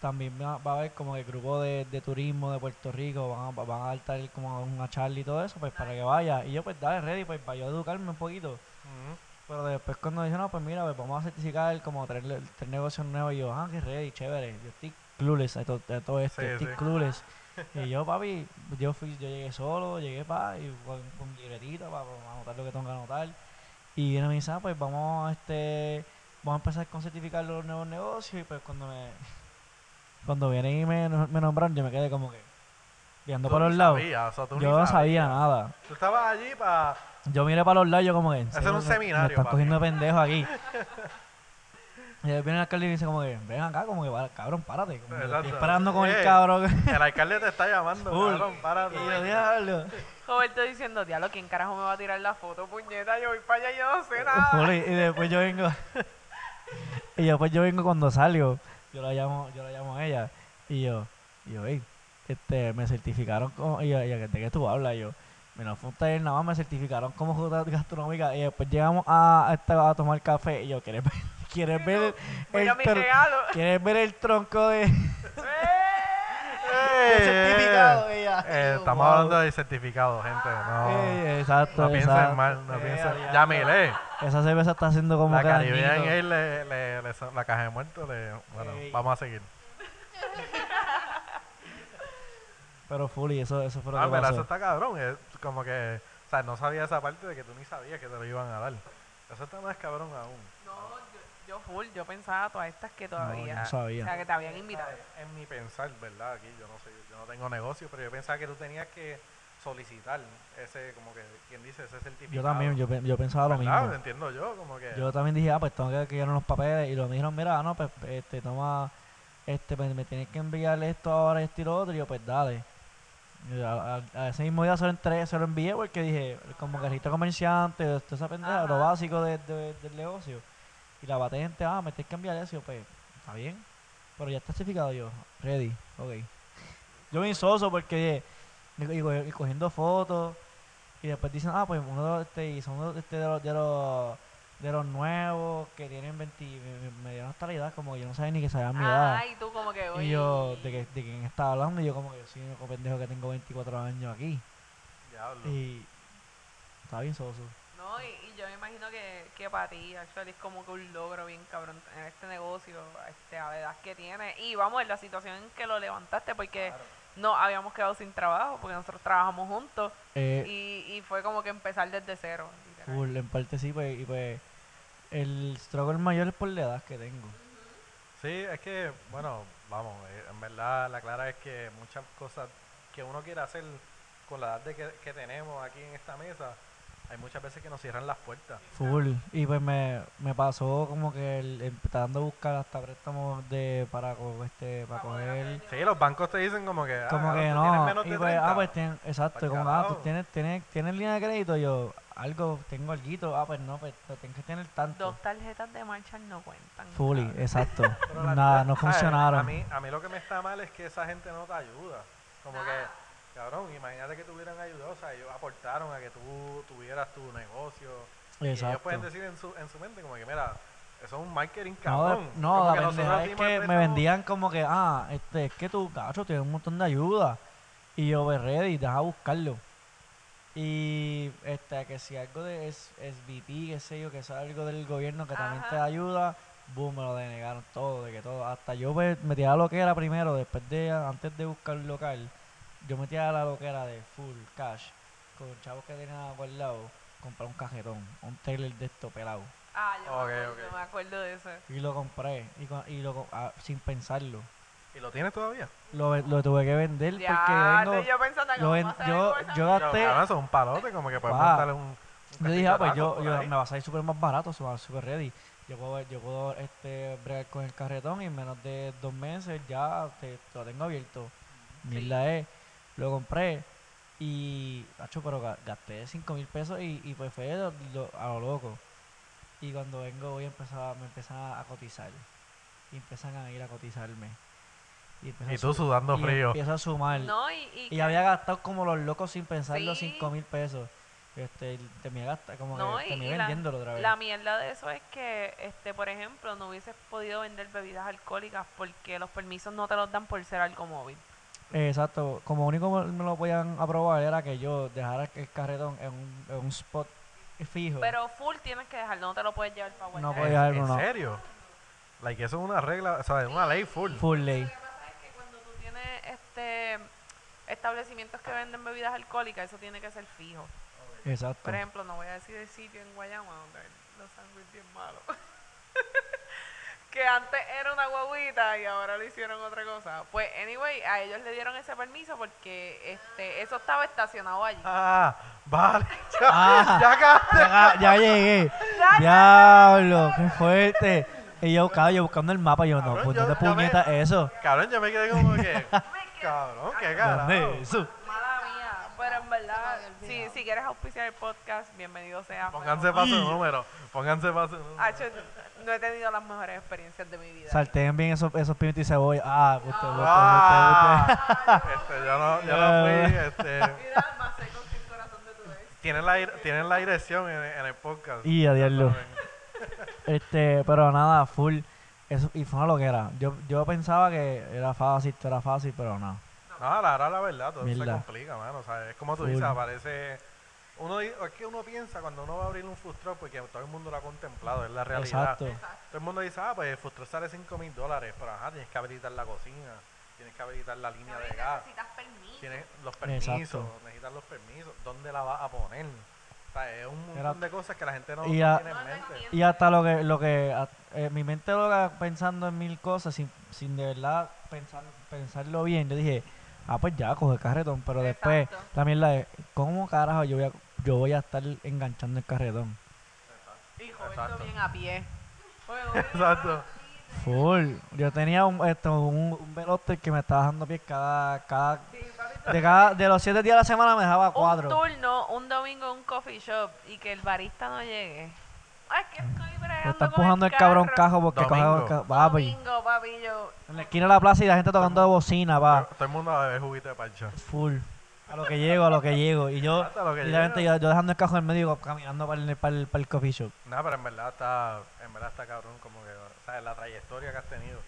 también va, va a haber como que el grupo de, de turismo de Puerto Rico, van a, van a dar tal como una charla y todo eso, pues para que vaya. Y yo pues dale ready, pues para yo educarme un poquito.
Ujú.
Pero después cuando dijeron, no, pues mira, pues vamos a certificar como tres, le- tres negocios nuevos, y yo, ah, qué ready, chévere, yo estoy clueless a to- a todo esto,
Sí,
estoy
sí.
clueless. Y yo, papi, yo fui, yo llegué solo, llegué pa, y con, con libretita para anotar lo que tengo que anotar. Y él me dice, ah, pues vamos, este, vamos a empezar con certificar los nuevos negocios, y pues cuando me, cuando vienen y me, me nombraron, yo me quedé como que, viendo
Tú
para
ni
los lados.
sabías, o sea, tú ni
Yo no sabía
sabías.
nada.
Tú estabas allí para...
Yo miré para los lados y yo como que... ¿en
Hacer
serio
un
me- me
seminario,
están
papi.
cogiendo de pendejo aquí. Y ahí viene el alcalde y dice como que, ven acá, como que, "Va, cabrón, párate. Como que estoy
Exacto.
esperando con
Eh.
el cabrón.
El alcalde te está llamando,
Full.
cabrón, para
Y yo, "Ah, diablo.
Roberto diciendo, diablo, ¿quién carajo me va a tirar la foto? Puñeta, yo voy para allá, yo no sé
Full,
nada.
y- y después yo vengo... y después yo vengo cuando salgo. Yo la llamo, yo la llamo a ella. Y yo, y yo, "Ey, este, me certificaron como... Y yo, y ella, ¿de qué tú hablas? Y yo, mira, fue un taller nada más, me certificaron como ruta gastronómica. Y después llegamos a, a, esta- a tomar café. Y yo, ¿quieres ver, ¿quieres ver el-
Mira
el
mi
per-
regalo.
¿Quieres ver el tronco de, de
Eh,
certificado? Ella.
eh,
Yo,
estamos
wow.
hablando de certificado, gente. No,
Eh, exacto.
no piensen
exacto.
mal, no
Eh,
piensen.
ya.
Yamile,
Esa cerveza está haciendo como
la
que
Caribbean
dañito.
Air, le, le- le son- la caja de muertos, le, bueno,
Ey.
vamos a seguir.
Pero fully, eso, eso fue lo
Ah,
que
pero
pasó.
eso está cabrón. Es como que, o sea, no sabía esa parte de que tú ni sabías que te lo iban a dar. Eso está más cabrón aún.
No, yo, yo full, yo pensaba todas estas que todavía.
no sabía.
O sea, que te habían invitado.
Ah, En mi pensar, ¿verdad? Aquí yo no sé, yo no tengo negocio, pero yo pensaba que tú tenías que solicitar ese, como que, ¿quién dice? Ese
Yo
certificado.
también, yo, pe- yo pensaba lo
¿Verdad?
mismo.
Entiendo yo, como que...
Yo también dije, ah, pues tengo que crear unos papeles. Y lo me dijeron, mira, ah, no, pues este, toma, este, me, me tienes que enviar esto ahora, esto y lo otro. Y yo, pues dale. Y a, a- a ese mismo día se lo, entré, se lo envié porque dije, como que registro comerciante, toda esa pendeja, lo
Ajá.
básico de- de- del negocio. Y la patente, ah, me tienes que enviar eso. Y yo, pues, está bien. Pero ya está certificado yo, ready, ok. Yo me soso porque dije, y, co- y cogiendo fotos. Y después dicen, ah, pues uno de los- este, y son de, este, de los, de los de los nuevos que tienen 20, me, me- me dieron hasta la edad, como que yo no sabía ni que sabían mi edad.
Ah, y tú como que,
y
oye.
yo, ¿de, que, ¿de quién estaba hablando? Y yo como que yo soy un único pendejo que tengo 24 años aquí.
Diablo.
Y estaba bien soso.
No, y, y yo me imagino que, que para ti, actually, es como que un logro bien cabrón en este negocio, este, a la edad que tienes. Y vamos, en la situación en que lo levantaste, porque no habíamos quedado sin trabajo, porque nosotros trabajamos juntos,
Eh,
y, y fue como que empezar desde cero. literal.
full, en parte sí, pues, y pues el struggle mayor es por la edad que tengo.
Sí, es que, bueno, vamos, eh, en verdad la clara es que muchas cosas que uno quiere hacer con la edad de que, que tenemos aquí en esta mesa, hay muchas veces que nos cierran las puertas.
Full. Y pues me, me pasó como que el, em, el tratando de buscar hasta préstamos de para co- este para coger
Sí, los bancos te dicen como que, ah,
como
cabrón,
que
tú
no.
tienes menos
y
de
pues,
30.
ah, pues tien- exacto,
Pa'l
como, ah, tú
carajo.
tienes, tienes, tienes línea de crédito, yo, algo, tengo alguito, ah, pues no, pues lo tienes que tener tanto.
Dos tarjetas de marcha no cuentan.
Fully, exacto.
Ah. Pero la-
Nada,
la-
no
¿sabes? A
funcionaron.
mí, a mí lo que me está mal es que esa gente no te ayuda. Como que, cabrón, imagínate que te hubieran ayudado, o sea, ellos aportaron a que tú tuvieras tu negocio. Y ellos
Exacto.
pueden decir en su, en su mente como que, mira, eso es un marketing
No,
cabrón.
de- no,
Como
la
que nosotros
pendeja es
dimos el
que me
préstamo-
vendían como que, ah, este, es que tu cacho tiene un montón de ayuda. Y yo, ve ready, deja buscarlo. Y este, que si algo de es, SBT, qué sé yo, que es algo del gobierno que también te
Ajá.
da ayuda, boom, me lo denegaron todo, de que todo. Hasta yo pues, me tiraba lo que era primero, después de, antes de buscar el local, yo me tiraba la loquera de full cash, con chavos que tenía guardado, comprar un cajetón, un trailer de esto pelado.
Ah,
eh.
yo
Ok,
me, acuerdo,
ok.
me acuerdo de eso.
Y lo compré, y, co- y lo, co- ah, sin pensarlo.
¿Y lo tienes todavía?
Lo, ve- lo tuve que vender porque
Ya,
vengo-
yo pensando que
lo ven-
vamos a hacer
yo,
algo,
yo
Pero,
gasté.
cabrón, eso es un palote, como que podemos
Ah.
montarle un... un
Yo dije,
castillo
ah, pues
de tacos
yo,
por
yo
ahí.
me va a salir súper más barato, se va a super ready. Yo puedo, yo puedo este, bregar con el carretón y en menos de dos meses ya te, te lo tengo abierto. Mierda es. Lo compré y, hacho, pero ga- gasté 5 mil pesos y, y pues fue lo- lo- a lo loco. Y cuando vengo voy a empezar, me empiezan a, a cotizar. Y empiezan a ir a cotizarme. Y, empieza
Y
a
tú
su-
sudando
y
frío.
empiezo a sumar.
No, y, y,
Y había gastado como los locos sin pensar los
Sí.
5 mil pesos. Este, y terminé gasta- como
No,
que
y-
terminé
y la-
vendiéndolo otra vez.
La mierda de eso es que, este, por ejemplo, no hubieses podido vender bebidas alcohólicas porque los permisos no te los dan por ser algo móvil.
Eh, exacto. Como único me- me lo podían aprobar era que yo dejara el carretón en un, en un spot fijo.
Pero full tienes que dejarlo, no te lo puedes llevar para
No
guardar.
puedes
¿En,
dejarlo,
en
no.
serio? Like, eso es una regla, o sea, es una ley full.
Full ley.
Lo que pasa es que cuando tú tienes este establecimientos que venden bebidas alcohólicas, eso tiene que ser fijo.
Exacto.
Por
Ah.
ejemplo, no voy a decir el sitio en Guayama donde los sándwiches bien malos. que antes era una guaguita y ahora lo hicieron otra cosa. Pues, anyway, a ellos le dieron ese permiso porque este eso estaba estacionado allí.
Ah, vale. Ya,
Ah.
ya acabaste.
Ya, ya llegué. Diablo, qué fuerte. Y yo buscaba, yo buscando el mapa, yo no,
Cabrón,
pues
yo-
¿dónde
yo me-
puñeta es eso?
Cabrón, yo me quedé como que... cabrón, qué carajo.
¿Dónde es eso?
Mala mía. Pero en verdad,
Se me había
si,
olvidado.
si quieres auspiciar el podcast, bienvenido sea.
Pónganse para su número. Pónganse para su número.
Ah, yo no he tenido las mejores experiencias de mi vida.
Salteen bien esos, esos pimientos y cebolla. Ah, usted, usted,
Ah, este, yo no, yo no fui, este,
Mira, más seco que el corazón de tu ex.
tienen la, dir- tienen la dirección en, en el podcast.
Y a diablo.
Saben.
Este, pero nada, full. Eso, y fue una loquera. Yo, yo pensaba que era fácil, esto era fácil, pero no.
No, a la hora, la verdad, todo se
Mierda.
complica, mano. O sea, es como tú
Full.
dices, aparece. Uno, di- es que uno piensa cuando uno va a abrir un frustrado, porque todo el mundo lo ha contemplado, es la realidad.
Exacto.
Todo el mundo dice, ah, pues el frustrado sale 5 mil dólares, pero ajá, tienes que habilitar la cocina, tienes que habilitar la línea
Cabrón,
de gas.
necesitas permiso.
Tienes los
Exacto.
permisos, necesitas los permisos. ¿Dónde la vas a poner? O sea, es un montón
Era-
de cosas que la gente no,
y
no
a-
tiene en
No, no
mente.
Y hasta lo que, lo que a- eh, mi mente loca pensando en mil cosas sin, sin de verdad pensar, pensarlo bien. Yo dije, ah, pues ya, coge carretón. Pero después,
Exacto.
la mierda de, ¿cómo carajo yo voy a, yo voy a estar enganchando el carretón?
Y jodiendo
Exacto.
bien a pie.
Exacto.
Full. Yo tenía un, esto, un, un veloster que me estaba dejando pies cada, cada,
Sí, papi,
de cada, de los siete días de la semana me dejaba
un
cuatro.
turno, un domingo en un coffee shop y que el barista no llegue. Ay, que estoy bregando
Me está
con
empujando el cabrón
carro.
cajo porque coge
Domingo.
el ca- va, pues,
Domingo, papi, yo.
En la esquina de la plaza y la gente tocando de bocina, va.
Todo el mundo va a beber juguito de pancho.
Full. A lo que llego, a lo que llego. Y yo,
Hasta lo que
y la gente,
llega.
yo, yo dejando el cajón en el medio, y caminando para el, para el, para el coffee shop.
No, pero en verdad está, en verdad está cabrón como que, o sea, la trayectoria que has tenido.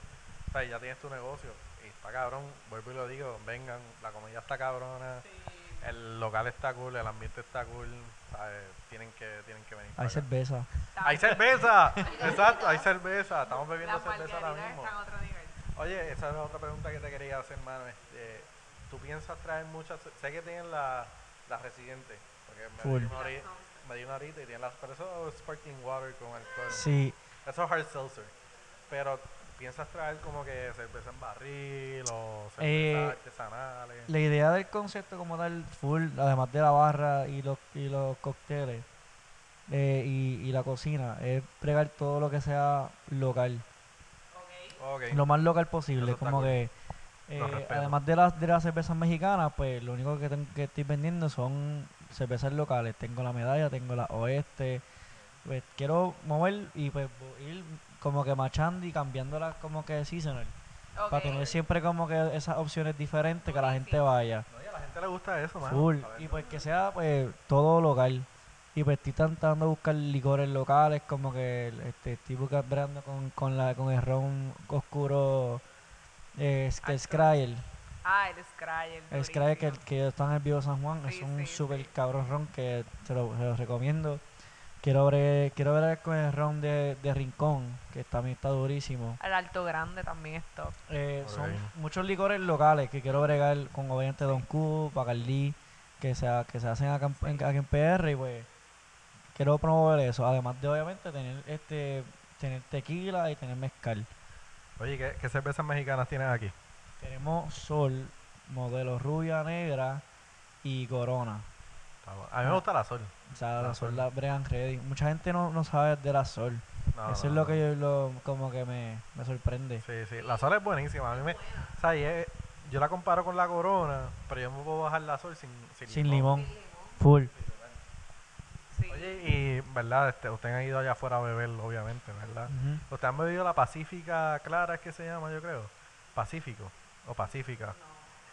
O sea, ya tienes tu negocio y está cabrón, vuelvo y lo digo, vengan, la comida está cabrona, el local está cool, el ambiente está cool, ¿sabes? tienen que, tienen que venir. para
Hay
acá.
cerveza.
¡Hay cerveza! Exacto, hay cerveza, estamos bebiendo
Las
cerveza ahora
margaritas
mismo.
están a otro nivel.
Oye, esa es otra pregunta que te quería hacer, mano. Este, ¿Tú piensas traer muchas? Sé que tienen las la residentes, porque me
Full.
di, una hori- me di una horita y tienen las, pero eso es sparkling water con alcohol.
Sí.
Eso es hard seltzer. Pero piensas traer como que cerveza en barril o cervezas
Eh,
artesanales.
La idea del concepto como tal, full, además de la barra y los, y los cócteles eh, y, y la cocina, es pregar todo lo que sea local.
Ok.
Lo más local posible.
Eso está
Como
cool.
que,
Lo
eh,
respeto.
además de las, de las cervezas mexicanas, pues lo único que, ten- que estoy vendiendo son cervezas locales. Tengo la medalla, tengo la oeste. Pues, quiero mover y pues vo- ir como que machando y cambiándolas como que seasonal.
Ok.
Para tener siempre como que esas opciones diferentes que la gente
Buenísimo.
vaya.
No, y a la gente le gusta eso, mano.
Full.
A ver,
Y pues que sea pues todo local. Y pues estoy tratando de buscar licores locales, como que este, estoy buscando con, con, la, con el ron oscuro eh, es- que es Crayer.
Ah, el Scryer.
El Crayer que,
durísimo.
que está en el Vivo San Juan es
Sí,
un
sí,
super
sí.
cabrón ron que se lo, se lo recomiendo. Quiero ver, quiero ver con el ron de, de Rincón, que también está durísimo.
El Alto Grande también es top.
Eh,
Por
son
ahí.
muchos licores locales que quiero bregar con obviamente Don Q, Bacardí, que se, ha- que se hacen acá en, en- aquí en PR y pues quiero promover eso. Además de obviamente tener este tener tequila y tener mezcal.
Oye, ¿qué, qué cervezas mexicanas tienes aquí?
Tenemos Sol, modelo rubia, negra y Corona.
Está bueno.
Ah.
A mí me gusta la sol.
O sea, la
La
Sol
Sol.
la bregan ready. Mucha gente no, no sabe de la Sol.
No,
eso
no,
es lo
no.
que yo lo, como que me, me sorprende.
Sí, sí, la sol es buenísima. A mí me, o sea, y es- yo la comparo con la corona, pero yo me puedo bajar la sol sin, sin,
Sin limón. Full.
Sí.
Oye, y verdad, este, ustedes han ido allá afuera a beber, obviamente, ¿verdad?
Ujú.
Ustedes han bebido la Pacífica Clara, es que se llama, yo creo. Pacífico o Pacífica.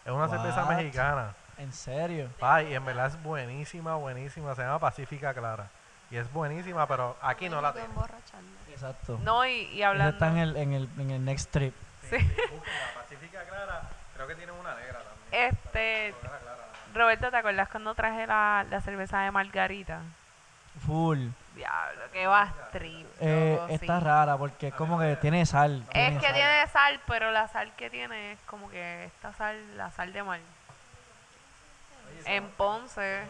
Es una cerveza
What?
mexicana.
En serio.
Ay, en verdad es buenísima, buenísima. Se llama Pacífica Clara. Y es buenísima, pero aquí no la
tengo.
tienen.
emborracharme.
Exacto.
No, y, y
Eso
hablando.
está en el, en el, en el next trip.
La Pacífica Clara, creo que tienen una negra también.
Este. Roberto, ¿te acuerdas cuando traje la, la cerveza de margarita?
Full.
Diablo, qué bastril.
Eh,
loco, sí.
está rara porque es como que tiene sal.
Es
tiene
que
sal.
tiene sal, pero la sal que tiene es como que esta sal, la sal de mar. En Ponce.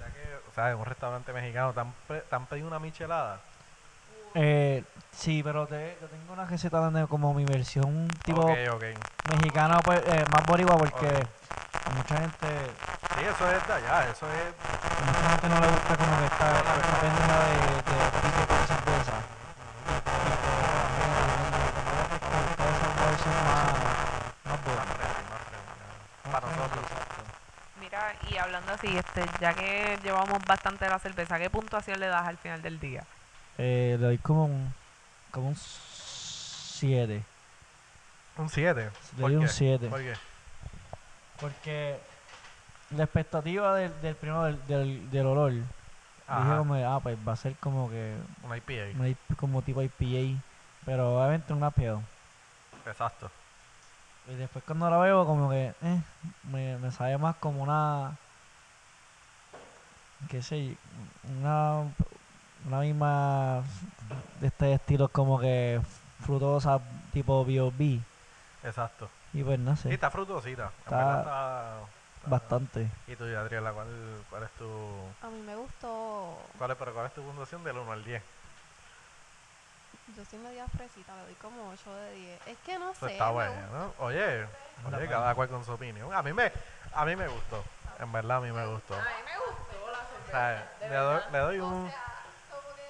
Ya que, o sea, en un restaurante mexicano, ¿te han, pre- te han pedido una michelada?
Eh, sí, pero te, yo tengo una receta donde como mi versión tipo
Ok, ok.
mexicana, pues eh, más boricua porque
Ok.
a mucha gente,
Sí, eso es de allá, eso es
a mucha gente no le gusta como que esta, esta pendeja de, de pico con cerveza.
para nosotros.
Mira, y hablando así, este, ya que llevamos bastante la cerveza, ¿qué puntuación le das al final del día?
Eh, le doy como un como un 7.
Un 7.
Le doy un 7.
¿Por qué?
Porque la expectativa del, del primero del, del, del olor, dije
Ajá,
como, ah, pues va a ser como que
un IPA.
una IP como tipo IPA, pero obviamente un IPA. Mm.
Exacto.
Y después cuando la veo como que, eh, me, me sabe más como una, qué sé yo, una, una misma de este estilo como que frutosa tipo B.O.B.
Exacto.
Y pues no sé,
Sí, está frutosita. en
Está
verdad está- está-
bastante.
¿Y tú, Adriela, cuál, cuál es tu.
A mí me gustó.
Cuál es, pero cuál es tu puntuación del 1 al 10?
Yo soy media fresita, le doy como 8 de 10. Es que no
Eso
sé.
Pues está
me
bueno.
gusta.
¿no? Oye, oye, cada cual con su opinión. A mí me, a mí me gustó. En verdad, a mí me gustó.
A mí me gustó la
O
cerveza.
sea, le, doy, le doy un.
como que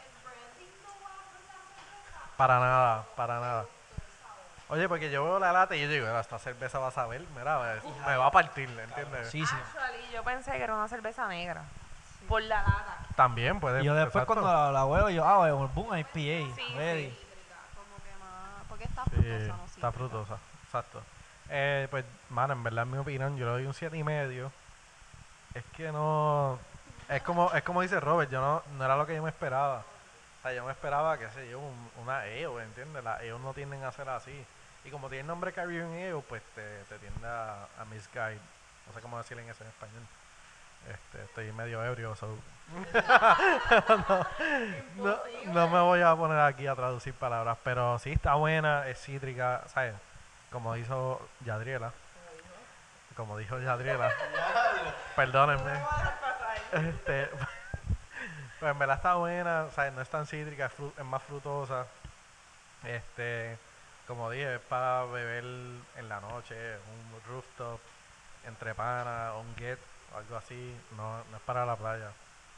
el branding no va a
Para nada, para nada. Oye, porque yo veo la lata y yo digo, "Mira, esta cerveza va a saber, mira, me, me va a partir, ¿entiendes?
Sí, sí.
Actually, yo pensé que era una cerveza negra. Por la lata.
También puede
Y yo después
exacto.
cuando la, la huevo, yo, ah, bueno, boom, IPA,
Sí,
ready.
Como que más. Porque está
Sí,
frutosa, no sé.
está frutosa, exacto. Eh, pues, mano, en verdad, en mi opinión, yo le doy un siete y medio. Es que no... Es como, es como dice Robert, yo no, no era lo que yo me esperaba. O sea, yo me esperaba, qué sé yo, un- una EO, ¿entiendes? Las EO no tienden a ser así. Y como tiene el nombre Caribbean EO, pues te, te tiende a, a misguide. No sé cómo decirle en eso en español. Este, estoy medio ebrio, so. no, no, no me voy a poner aquí a traducir palabras, pero sí está buena, es cítrica, ¿sabes? Como hizo Yadriela. Como dijo Yadriela. Perdónenme. Este, pues en verdad está buena, o sea, no es tan cítrica, es, fru- es más frutosa. Este, como dije, es para beber en la noche, un rooftop, entre panas, un get, o algo así. No, no es para la playa.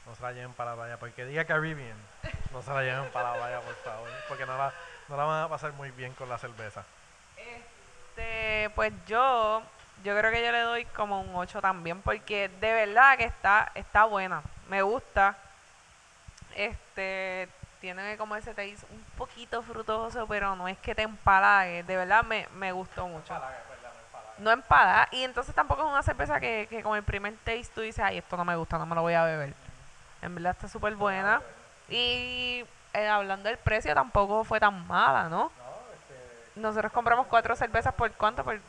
No se la lleven para la playa, porque diga Caribbean, no se la lleven para la playa, por favor, porque no la, no la van a pasar muy bien con la cerveza.
Este, pues yo, yo creo que yo le doy como un 8 también, porque de verdad que está, está buena, me gusta. Este, tiene como ese taste un poquito frutoso, pero no es que te empalague, de verdad me, me gustó mucho. No empalaga, y entonces tampoco es una cerveza que, que con el primer taste tú dices, ay, esto no me gusta, no me lo voy a beber. En verdad está súper buena. Y eh, hablando del precio, tampoco fue tan mala, ¿no? Nosotros compramos cuatro cervezas por cuánto? Por,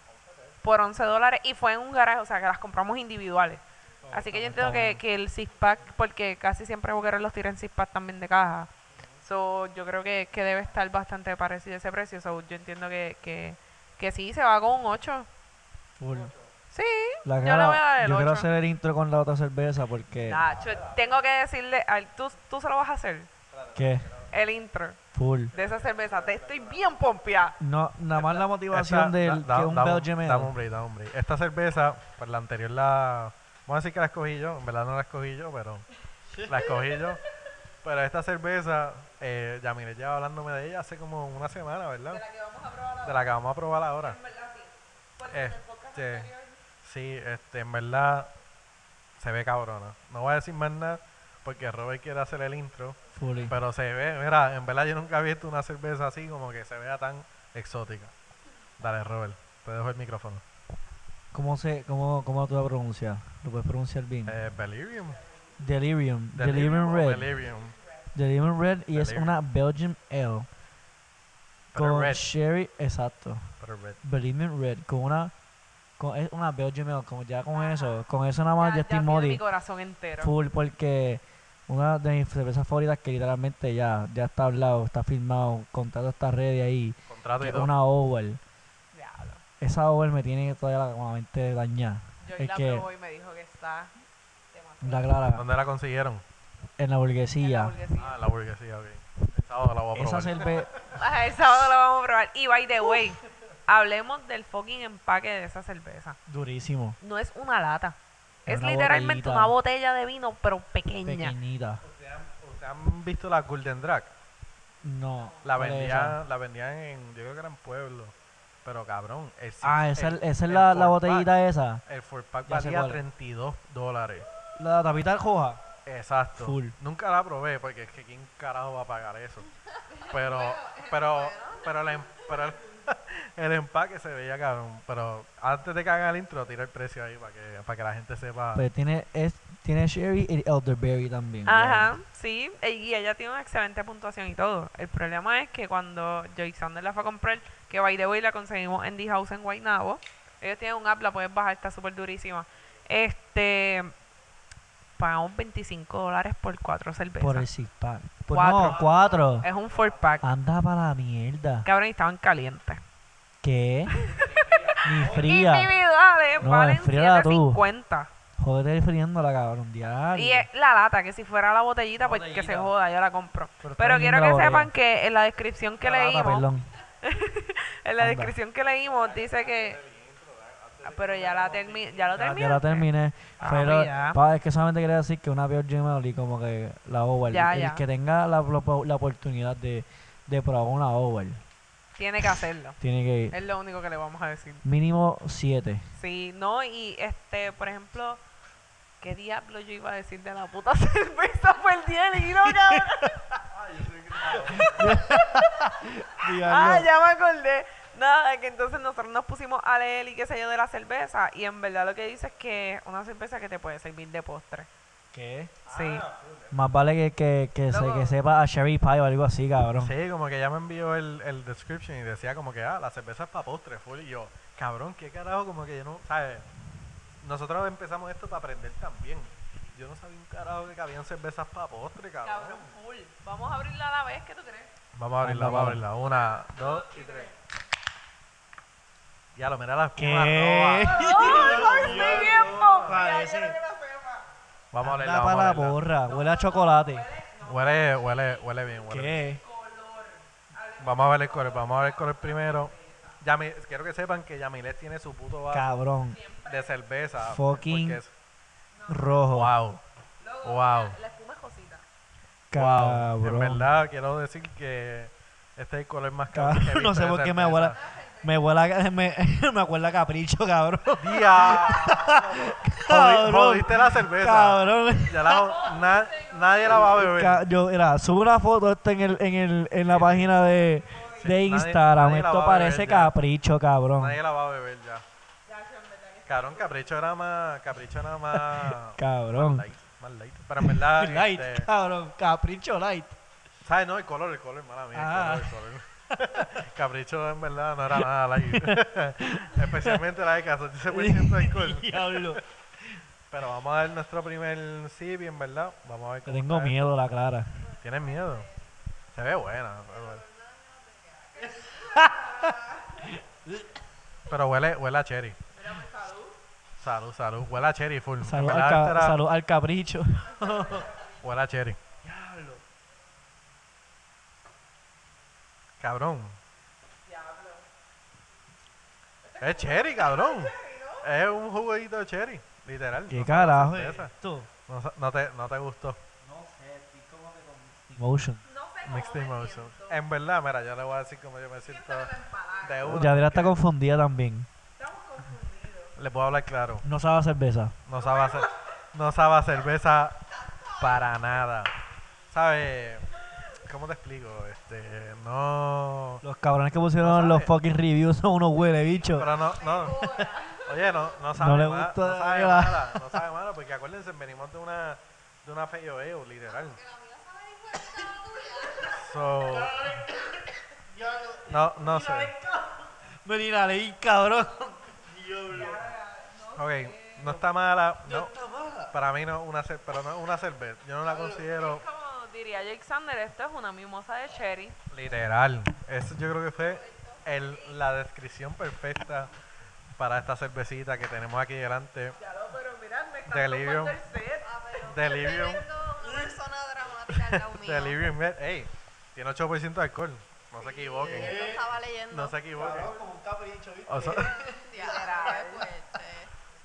por 11 dólares y fue en un garaje, o sea que las compramos individuales.
Oh,
Así que yo entiendo que, que el six pack, porque casi siempre Boquerón los tira en six pack también de caja. So, yo creo que, que debe estar bastante parecido ese precio. So, yo entiendo que, que, que sí, se va con un 8.
Full.
Sí,
La
yo
cara-
le voy a dar el
yo quiero
8.
hacer el intro con la otra cerveza porque...
Nacho, tengo que decirle, al, tú, tú se lo vas a hacer,
¿Qué?
el intro
Full.
de esa cerveza. Te estoy bien pompeada.
No, nada más la
Esta-
motivación del
da-
que
da-
es un
dame-
Belgian Ale.
dame un break, dame un break. Esta cerveza, pues la anterior la. Vamos a decir que la escogí yo. En verdad no la escogí yo, pero. La escogí yo. Pero esta cerveza, eh, ya mire, ya hablándome de ella hace como una semana, ¿verdad? De la que vamos a probar ahora. De la que vamos a probar ahora. En verdad, sí. este, sí, este, en verdad se ve cabrona. No voy a decir más nada porque Robert quiere hacer el intro.
Fully.
Pero se ve, mira, en verdad yo nunca he visto una cerveza así como que se vea tan exótica. Dale, Robert, te dejo el micrófono.
¿Cómo, se, cómo, ¿Cómo tú la pronuncias? ¿Lo puedes pronunciar bien?
Eh, Delirium.
Delirium. Delirium,
o
Red.
Delirium.
Delirium Red y es
Delirium.
una Belgian Ale.
Pero
Con
red.
sherry, exacto.
Pero Red.
Belgian Red. Con una... Con, es una Belgian Ale. Como ya con eso. Con eso nada más ya,
ya,
estoy
tiene mi
modi.
corazón entero.
Full porque... Una de mis cervezas favoritas que literalmente ya, ya está hablado, está filmado, contrato está ready ahí.
Contrato
que
y
es
todo.
una over.
Diablo.
Esa over me tiene todavía la, con la mente dañada.
Yo
Es
la
que-
probó y me dijo que está demasiado
La clara,
¿Dónde la
en
consiguieron?
la
en la
burguesía.
hamburguesía.
Ah, en la burguesía, ok. El sábado la voy a
Esa
probar.
cerveza,
Ajá, El sábado la vamos a probar. Y by the way, hablemos del fucking empaque de esa cerveza.
durísimo,
No es una lata.
Es
Es
una
literalmente
botellita.
una botella de vino, pero pequeña.
pequeñita.
¿Ustedes han visto la Golden Drag?
No.
La
¿cuál es esa?
vendían, la vendían en, yo creo que era en Pueblo. Pero cabrón, el six-
Ah, esa, es- esa es la,
el
la
four pack-
botellita esa.
El four pack
Ya sé
valía
cuál.
32 dólares.
La tapita roja.
Exacto.
Full.
Nunca la probé porque es que quién carajo va a pagar eso. Pero, pero, pero, la em- pero el, el empaque se veía cabrón. Pero antes de que haga el intro, tira el precio ahí para que, para que la gente sepa.
Pero Pues tiene, es, tiene sherry y elderberry también.
Ajá, sí. eh, Y ella tiene una excelente puntuación y todo. El problema es que cuando Joy Sander la fue a comprar, que by the way la conseguimos en The House en Guaynabo, ellos tienen un app, la puedes bajar, está súper durísima. Este, pagamos 25 dólares por cuatro cervezas.
Por Ah. el six pack. Pues
Cuatro. Eh.
no, cuatro.
Es un four pack.
Anda para la mierda.
Cabrón, y estaban calientes.
¿Qué? Ni fría.
Individuales
No,
valen
enfríala tú.
7.50.
Joder, friéndola, cabrón, diario.
Y es la lata, que si fuera la botellita, pues que se
Botellita.
joda, yo la compro. Pero,
Pero está vendiendo
quiero
la
que
botella.
sepan que en la descripción que
La lata,
leímos,
perdón.
en la
Anda.
descripción que leímos dice que... Ah, Pero ya la termi ya lo
Ya,
terminé.
ya la terminé.
Ah,
pero
mira.
pa, es que solamente quería decir que una Beer Gmail y como que la over.
Ya,
el
ya.
que tenga la, la- la oportunidad de, de probar una over,
Eh, Tiene que hacerlo.
tiene que ir.
Es lo único que le vamos a decir.
Mínimo 7.
Sí, no, y este, por ejemplo, ¿qué diablo yo iba a decir de la puta cerveza? Perdí el hilo, cabrón. Ah, ya me acordé. Nada, que entonces nosotros nos pusimos a leer y qué sé yo de la cerveza. Y en verdad lo que dice es que es una cerveza que te puede servir de postre.
¿Qué?
Sí.
Más vale que, que, que, se, que
Loco.
sepa a Sherry Pie o algo así, cabrón.
Sí, como que ya me envió el, el description y decía como que, ah, la cerveza es para postre, full. Y yo, cabrón, qué carajo, como que yo no, ¿sabes? Nosotros empezamos esto para aprender también. Yo no sabía un carajo que cabían cervezas para postre, cabrón.
Cabrón, full. Vamos a abrirla a la vez, ¿qué tú crees?
Vamos a abrirla, vamos a abrirla. Una, dos y tres. Ya lo mira la espuma roja.
¡Estoy bien pompeada!
Parece.
Yo no quiero sepa.
Vamos a
Anda
abrirla,
para la
vamos a abrirla.
borra. Huele a chocolate.
Huele, huele, huele bien, huele bien.
¿Qué?
Vamos a ver el color, vamos a ver el color primero. Yami- quiero que sepan que Yamilet tiene su puto vaso
Cabrón.
de cerveza.
Fucking
porque es-
Rojo.
Wow. Wow.
La espuma es cosita.
Wow. En
Cabrón.
verdad, quiero decir que este es el color más caro.
Cabrón, no sé por qué me huele. Me huele a- me, me acuerda a capricho, cabrón.
¡Día!
Cabrón.
Jodiste la cerveza.
Cabrón.
Ya la jo- na- nadie la va a beber.
Ca- Yo, mira, sube una foto esta en, el, en, el, en la página de,
Sí,
de
nadie-
Instagram.
nadie la va
Esto
a
parece
ver ya.
capricho, cabrón.
Nadie la va a beber ya. Cabrón, capricho era más. Capricho era más.
Cabrón.
light, más light. Pero en verdad.
Light,
este,
cabrón. Capricho light.
¿Sabes? No, el color, el color, mala mía.
Ah.
El color, el color. Capricho en verdad no era nada light. Especialmente la de casa, 16% de alcohol.
Diablo.
Pero vamos a dar nuestro primer sip y en verdad. Vamos a ver
Te
cómo
tengo
está.
miedo, la clara.
¿Tienes miedo? Se ve buena. Pero, bueno. Pero huele, huele a cherry. Salud, salud. Huele a cherry full. En
Salud, al,
verdad,
ca-
esta era-
salud al capricho.
Huele a cherry. Cabrón. Es cherry, cabrón. Es un juguito de cherry, literal.
¿Qué
No sabe a
carajo es
cerveza.
esto?
No, sa- no te, no te gustó.
Motion.
Mixed emotion. En verdad, mira, yo le voy a decir cómo yo me siento de una.
Yadira está confundida también.
Le puedo hablar claro.
No sabe a cerveza.
No sabe a, cer- no sabe a cerveza para nada. ¿Sabes? ¿Cómo te explico? Este, no...
Los cabrones que pusieron
No
los
sabe.
fucking reviews son unos huele, bicho.
Pero no, no. Oye, no, no sabe
le
ma-
gusta
no sabe
la-
mala, no sabe mala, porque acuérdense, venimos de una de una feo literal. So, no, no sé.
Venir leí, cabrón.
Ok, no está mala. No, para mí no una cer- pero no es una cerveza. Yo no la considero
Como diría Jake Sander, esto es una mimosa de cherry.
literal. Eso yo creo que fue el, la descripción perfecta para esta cervecita que tenemos aquí delante.
Ya lo, pero mirad, me
están Delirio. tomando
el set.
Ah,
Delirium.
una persona dramática al lado mío.
Delirium Red, ey, tiene 8% de alcohol. No se equivoquen.
Él lo estaba leyendo.
No se equivoquen. O sea,
Diablo, qué fuerte.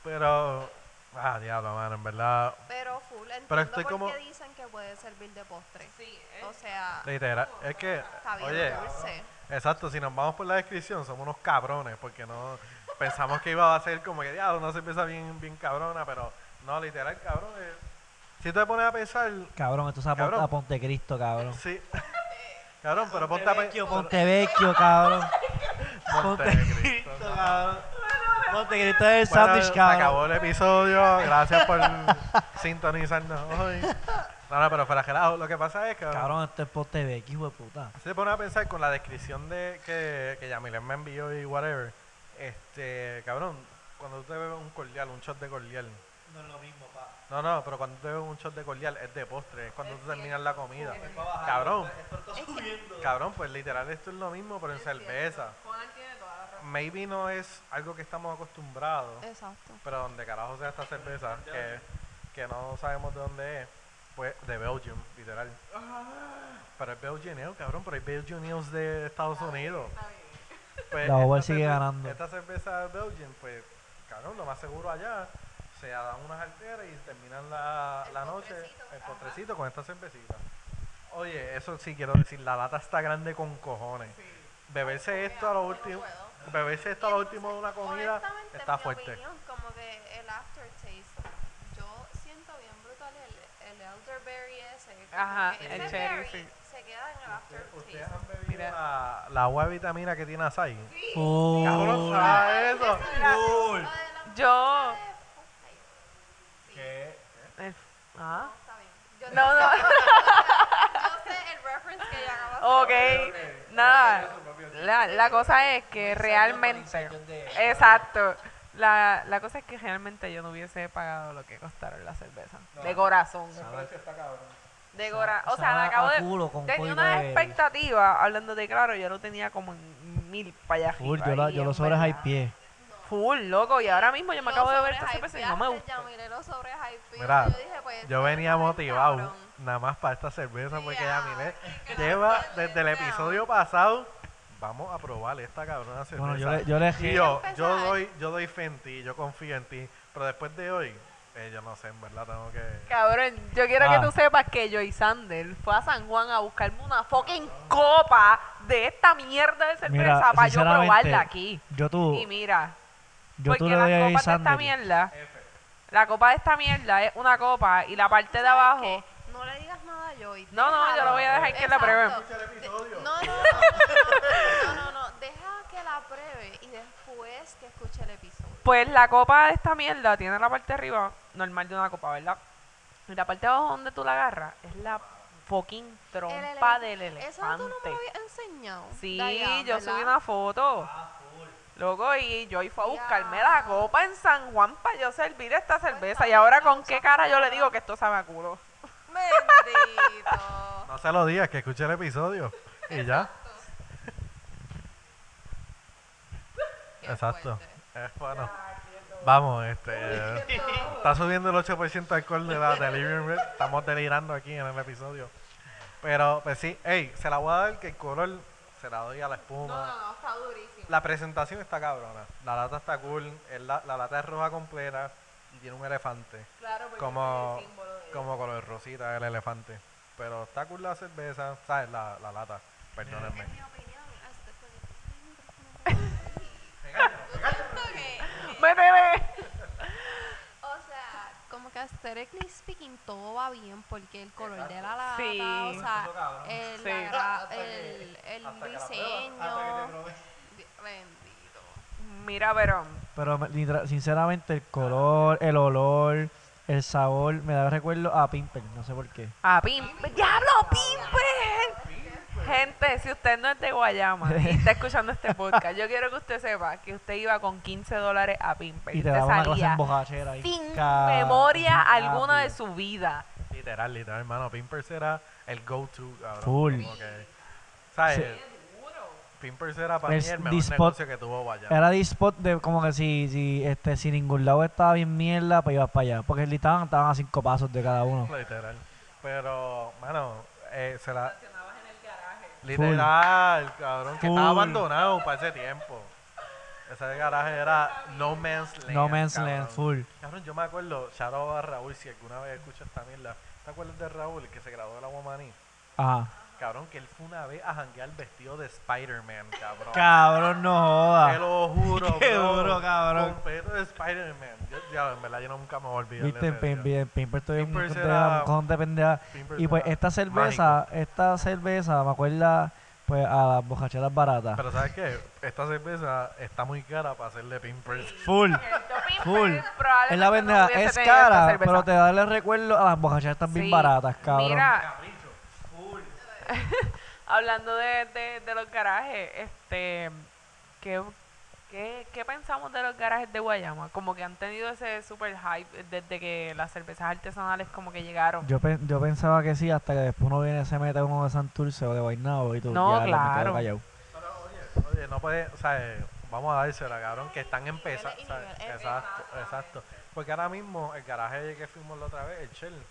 pero. Ah, diablo, mano, en verdad.
Pero full, entiendo
Pero estoy
por
como-
qué dicen que puede servir de postre.
Sí,
O sea,
Literal. Es que.
está bien
Oye,
dulce.
exacto, si nos vamos por la descripción, somos unos cabrones, porque no. Pensamos que iba a ser como que, diablo, una cerveza bien, bien cabrona, pero. No, literal, cabrón. eh, Si te pones a pensar.
Cabrón, esto es a, Pon-
Cabrón.
a Ponte Cristo, cabrón.
Sí. Cabrón, pero ponte a pensar.
Ponte Vecchio, cabrón.
Montecristo.
Ponte Cristo es el
Bueno,
sándwich,
se
cabrón.
acabó el episodio. Gracias por sintonizarnos hoy. No, no, pero fuera relajo, Lo que pasa es que
Cabrón, esto es Ponte Vecchio, hijo de puta.
se pone a pensar con la descripción de que, que Yamilet me envió y whatever. Este, cabrón, cuando tú te bebes un cordial, un shot de cordial.
No es lo mismo, pa.
No, no, pero cuando tú te bebes un shot de cordial es de postre, es cuando tú terminas la comida. Cabrón,
Esto está subiendo.
cabrón, pues literal esto es lo mismo, pero en cerveza.
Juan tiene toda la razón.
maybe no es algo que estamos acostumbrados,
Exacto.
pero donde carajo sea esta cerveza, que, que no sabemos de dónde es, pues de Belgium, literal.
Ah.
Pero es Belgian Ale, cabrón, pero hay Belgian Ales de Estados Unidos. Pues,
La Oval
esta
sigue
cerve-
ganando.
Esta cerveza Belgian, pues, cabrón, lo más seguro allá, se dan unas alteras y terminan la,
El
la noche,
postrecito,
el
ajá.
postrecito con esta cervecita. Oye, eso sí quiero decir, la lata está grande con cojones. Beberse esto a lo último, beberse esto a lo último de una comida
Honestamente,
está
mi
fuerte.
opinión, como que el aftertaste, yo siento bien brutal el, el elderberry ese. como
Ajá,
que
el
ese
cherry,
berry
sí.
Se queda en el
Ustedes
aftertaste.
han bebido
Mira.
la, la agua de vitamina que tiene Asahi.
Oh.
Cabrón, ¿sabes eso?
Cool.
Lo de la-
Yo.
Sí,
¿Qué?
el- ah.
está bien. Yo
No, no.
yo sé el reference que ella acaba de hacer.
Ok, nada. La, la cosa es que realmente. Exacto. La, la cosa es que realmente yo no hubiese pagado lo que costaron las cervezas. De corazón. De corazón. O sea, la
Sabe
acabo
a
de.
culo con
Tenía
código
una
de-
expectativa, hablando de claro, yo lo tenía como en mil para allá.
Full,
arriba,
yo, la,
y
yo
en
los sobres
verdad-
hay pie.
Full, loco. Y ahora mismo yo me
Los
acabo de ver esta
sobres
cerveza y no me
hypeaste,
gusta.
ya miré los sobres hypeados,
Mira,
yo dije, pues,
Yo
está
venía
bien,
motivado,
cabrón.
nada más para esta cerveza, porque ya miré.
Sí,
Lleva
cabrón,
desde el
cabrón.
episodio pasado, vamos a probar esta cabrona cerveza.
Bueno, yo le, yo le
Y
giro.
yo,
Quiero
yo
empezar.
doy, yo doy fe en ti, yo confío en ti. Pero después de hoy, eh, yo no sé, en verdad tengo que.
Cabrón, yo quiero
Ah.
que tú sepas que Joy Sander fue a San Juan a buscarme una fucking copa de esta mierda de cerveza
Mira,
para yo
sinceramente,
probarla aquí.
Yo tú,
Y mira,
yo tú
porque
le doy
la
a
copa de esta
Sander.
mierda, la copa de esta mierda es una copa y la parte de abajo,
No le digas nada a Joy.
No, no, yo lo voy a dejar que la pruebe.
No, no, no, no, no, no, no, no, deja que la pruebe y después que escuche el episodio.
pues la copa de esta mierda tiene la parte de arriba normal de una copa, ¿verdad? Y la parte de abajo donde tú la agarras es la fucking
El
trompa
elefante.
del
Eso tú no me
elefante.
lo habías enseñado.
Sí,
Dayan,
yo
¿verdad?
subí una foto. Loco, y yo fue a buscarme la
Ya.
copa en San Juan para yo servir esta
Pues
cerveza. Y ahora, ¿con qué cara yo le digo que esto sabe a culo?
Bendito.
No se lo digas, que escuche el episodio. Y ya.
Qué
Exacto.
fuerte.
Es bueno. Vamos, este. Está subiendo el 8% de alcohol de la Delirium Red. Estamos delirando aquí en el episodio. Pero, pues sí, ey, se la voy a dar que el color se la doy a la espuma.
no, está durísimo.
La presentación está cabrona. La lata está cool. es la, la lata es roja completa y tiene un elefante.
Claro, porque
Como-
es el símbolo de
Como color rosita el elefante. Pero está cool la cerveza, ¿sabes? La, la lata. Perdónenme.
En mi opinión, este hasta que Ay, micrófono. Yo siento que-
¡Métele!
que, O sea, como que aesthetically speaking, todo va bien porque el color de la lata,
Sí.
o sea, el,
Sí.
agra- el, el diseño. Bendito.
Mira, pero
Pero me- literal- sinceramente el color, el olor, el sabor, me da recuerdo a Pimper, no sé por qué.
a Pimpe. ¡Diablo, Pimpe! Gente, si usted no es de Guayama y está escuchando este podcast, yo quiero que usted sepa que usted iba con 15 dólares a Pimpe.
Y te
usted
daba una clase
salía
en bojachera ahí.
sin
Ca-
memoria
rápido.
alguna de su vida.
Literal, literal, hermano. Pimper será el go-to, cabrón.
Full.
Como que, ¿Sabes?
Sí.
Pimper será para
Es
mí el mejor
the spot.
negocio que tuvo Guayama.
Era de spot de como que si, si, este, si ningún lado estaba bien mierda, pues ibas para allá. Porque literal estaban, a cinco pasos de cada uno.
Literal. Pero, mano, eh, se la...
Full.
Literal, cabrón, que estaba
Full.
abandonado para ese tiempo. Ese garaje era No Man's Land.
No man's
cabrón.
land, full.
Cabrón, yo me acuerdo, shout out a Raúl, si alguna vez escuchas esta mierda. ¿Te acuerdas de Raúl, el que se graduó de la Guamaní?
Ajá.
Cabrón, que él fue una vez a janguear vestido de Spider-Man, cabrón.
Cabrón, no joda.
Te lo juro,
Qué
bro.
duro, cabrón.
Completo de Spider-Man. Yo- Ya, en verdad, yo nunca me voy a olvidar de
Viste,
ese
Pim-
día.
Pim- Pimper estoy un
Pimper
cojón de-
era-
un cojón de pendeja.
Pimper
Y pues
era
esta cerveza, esta cerveza me acuerda pues a las bocacheras baratas.
Pero ¿sabes qué? Esta cerveza está muy cara para hacerle Pimper.
Full. Full. Es la pendeja, es cara, pero te da el recuerdo a las bocacheras tan bien
Sí.
baratas, cabrón.
Mira. Hablando de, de, de los garajes, este, ¿qué, qué, qué pensamos de los garajes de Guayama? Como que han tenido ese super hype desde que las cervezas artesanales como que llegaron.
Yo, pe- yo pensaba que sí, hasta que después uno viene y se mete uno de Santurce o de Guaynabo y tú
No,
ya, me quedo
claro.
callado.
Oye, no puede, o sea, eh, Vamos a dársela, cabrón, que están
Niveles y
empezando.
niveles,
Exacto,
exacto.
exacto. Porque ahora mismo el garaje que fuimos la otra vez, el Shell,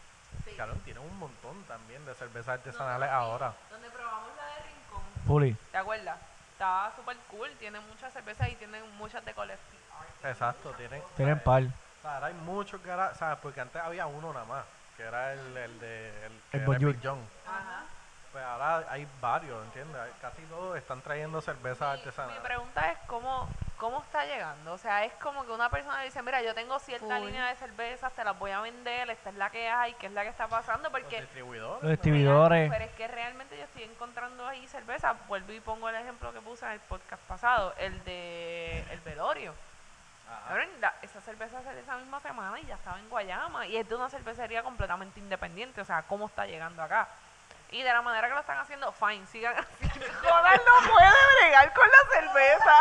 cabrón, tiene un montón también de cervezas artesanales ahora.
Donde probamos la de Rincón.
Puli,
¿Te acuerdas? Estaba súper cool, tiene muchas cervezas y tienen muchas de colectivo.
Exacto, tienen.
tienen
¿sabes?
par.
O sea, ahora hay muchos garajes, ¿sabes? Porque antes había uno nada más, que era el, el de. El, que
El
era
Bonjour.
Big John.
Ajá.
Pues ahora hay varios, ¿entiendes? Casi todos están trayendo cervezas
Mi
artesanales.
pregunta es cómo, cómo está llegando. O sea, es como que una persona dice, mira, yo tengo cierta
Full.
línea de cervezas, te las voy a vender, esta es la que hay, que es la que está pasando,
Los
porque...
distribuidores.
Los distribuidores.
Pero es que realmente yo estoy encontrando ahí cerveza. Vuelvo y pongo el ejemplo que puse en el podcast pasado, el de el velorio. Cabrón, la- esa cerveza salió esa misma semana y ya estaba en Guayama. Y es de una cervecería completamente independiente. O sea, ¿cómo está llegando acá? Y de la manera que lo están haciendo, fine, sigan haciendo. Joder, no puede bregar con la cerveza.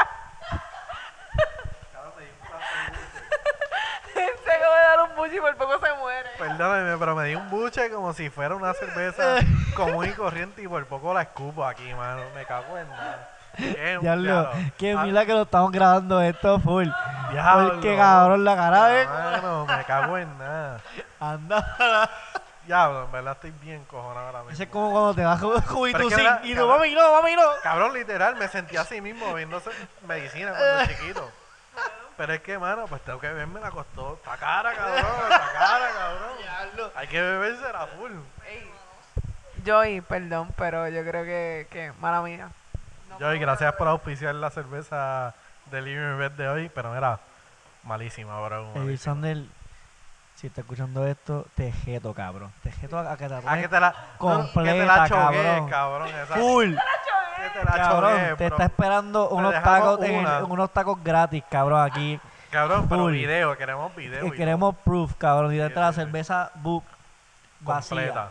Se acaba de dar un buchi y por poco se muere.
Perdóname, pero me di un buche como si fuera una cerveza común y corriente y por poco la escupo aquí, mano. Me cago en nada. Qué
Diablo, qué
Ah,
mira que lo estamos grabando esto full.
Diablo.
Porque cabrón, la cara ¿eh? de.
Mano, me cago en nada.
Anda.
Diablo, en verdad estoy bien cojonado ahora mismo.
Eso es como cuando te vas con
Pero es
Juventud
que la-
y tú,
cabrón.
mami, no, mami, no.
Cabrón, literal, me sentí así mismo viendo se- medicina cuando chiquito. Pero es que, mano, pues tengo que verme la costó. Está cara, cabrón, está cara, cabrón. Hay que bebérsela full.
Joy, perdón, pero yo creo que, que mala mía.
Joy, gracias por auspiciar la cerveza del Living Bed de hoy, pero mira, malísima, bro.
Ey,
malísima.
Sander, si está escuchando esto, te jeto, cabrón. Te jeto a, a que te
Ah,
apoyes
que te la,
completa,
que te la chogué,
cabrón.
cabrón. esa-
full.
que te la
Cabrón,
chogué,
te
bro.
está esperando unos
eh, dejamos
tacos, en el-
una. Ah,
unos tacos gratis, cabrón, aquí.
Cabrón, pero
full.
video, queremos video.
Que
y
queremos proof, cabrón. Y detrás la
sí, sí.
cerveza bu-
todo,
vacía.
completa.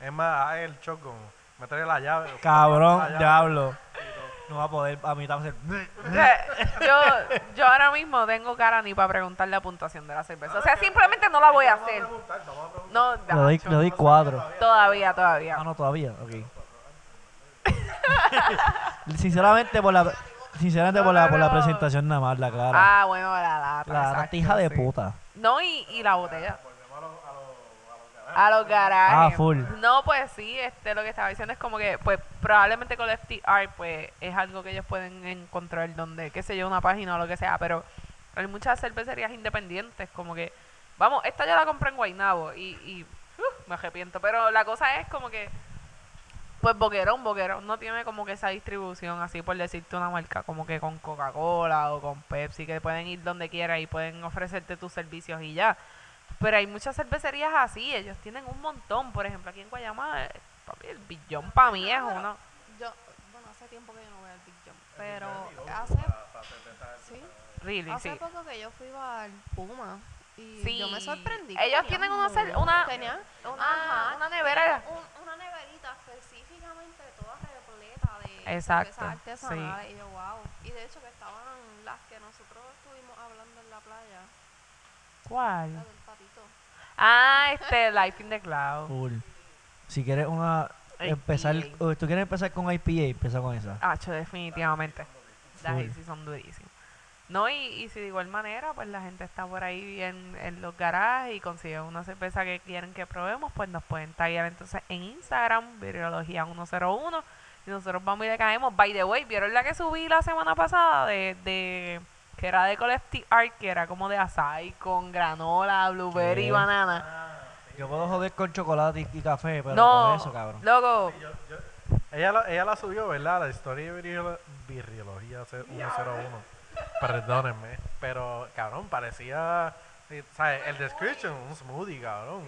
Es más, haz el choco. Me trae la llave.
Cabrón,
la llave.
diablo. No va a poder, a mitad va a ser.
O sea, yo, yo ahora mismo tengo cara ni para preguntar la puntuación de la cerveza. O sea, simplemente no la voy a hacer. No,
Le doy,
Nacho,
le doy cuatro.
todavía,
Ah,
todavía.
no, todavía, ok. sinceramente, por la, sinceramente por, la, por la presentación nada más, la clara.
Ah, bueno, la lata.
la
exacto,
lata hija de
sí.
puta.
No, y, y la botella. A los garajes.
Ah, full.
No, pues sí, este, lo que estaba diciendo es como que, pues, probablemente con el FTR, pues, es algo que ellos pueden encontrar donde, qué sé yo, una página o lo que sea, pero hay muchas cervecerías independientes, como que, vamos, esta yo la compré en Guaynabo y, y, uh, me arrepiento, pero la cosa es como que, pues, Boquerón, Boquerón no tiene como que esa distribución, así por decirte una marca, como que con Coca-Cola o con Pepsi, que pueden ir donde quiera y pueden ofrecerte tus servicios y ya. Pero hay muchas cervecerías así, ellos tienen un montón. Por ejemplo, aquí en Guayama, eh, papi, el billón para mí es uno.
Yo, bueno, hace tiempo que yo no voy al Big Jump, pero hace, sí,
Really,
hace
sí.
poco que yo fui al Puma y
Sí.
yo me sorprendí. que
Ellos
tenían
tienen una cel-
mucho.
una- Ah,
Tenían
Ajá,
ajá,
una nevera.
un- una neverita específicamente toda repleta de
Exacto,
cervezas artesanales. Y yo, wow. Y de hecho que estaban las que nosotros estuvimos hablando en la playa, la
¿Cuál?
del patito.
Ah, este, Life in the Cloud.
Full. Si quieres una. Empezar,
IPA.
o tú quieres empezar con IPA, empieza con esa.
Hacho, definitivamente. Las
Full.
AC son durísimas. No, y, y si de igual manera, pues la gente está por ahí en, en los garajes y consigue una cerveza que quieren que probemos, pues nos pueden taggear entonces en Instagram, Virología 101, y nosotros vamos y le caemos. By the way, ¿vieron la que subí la semana pasada de, de que era de Collective Art, que era como de açaí con granola, blueberry
¿Qué?
y banana?
Yo puedo joder con chocolate y, y café, pero
no,
con eso, cabrón.
loco,
Ella la, ella la subió, ¿verdad? La historia de virilo- virología ce- 101. Perdónenme. Pero, cabrón, parecía. eh, ¿sabes? El description, un smoothie, cabrón. Un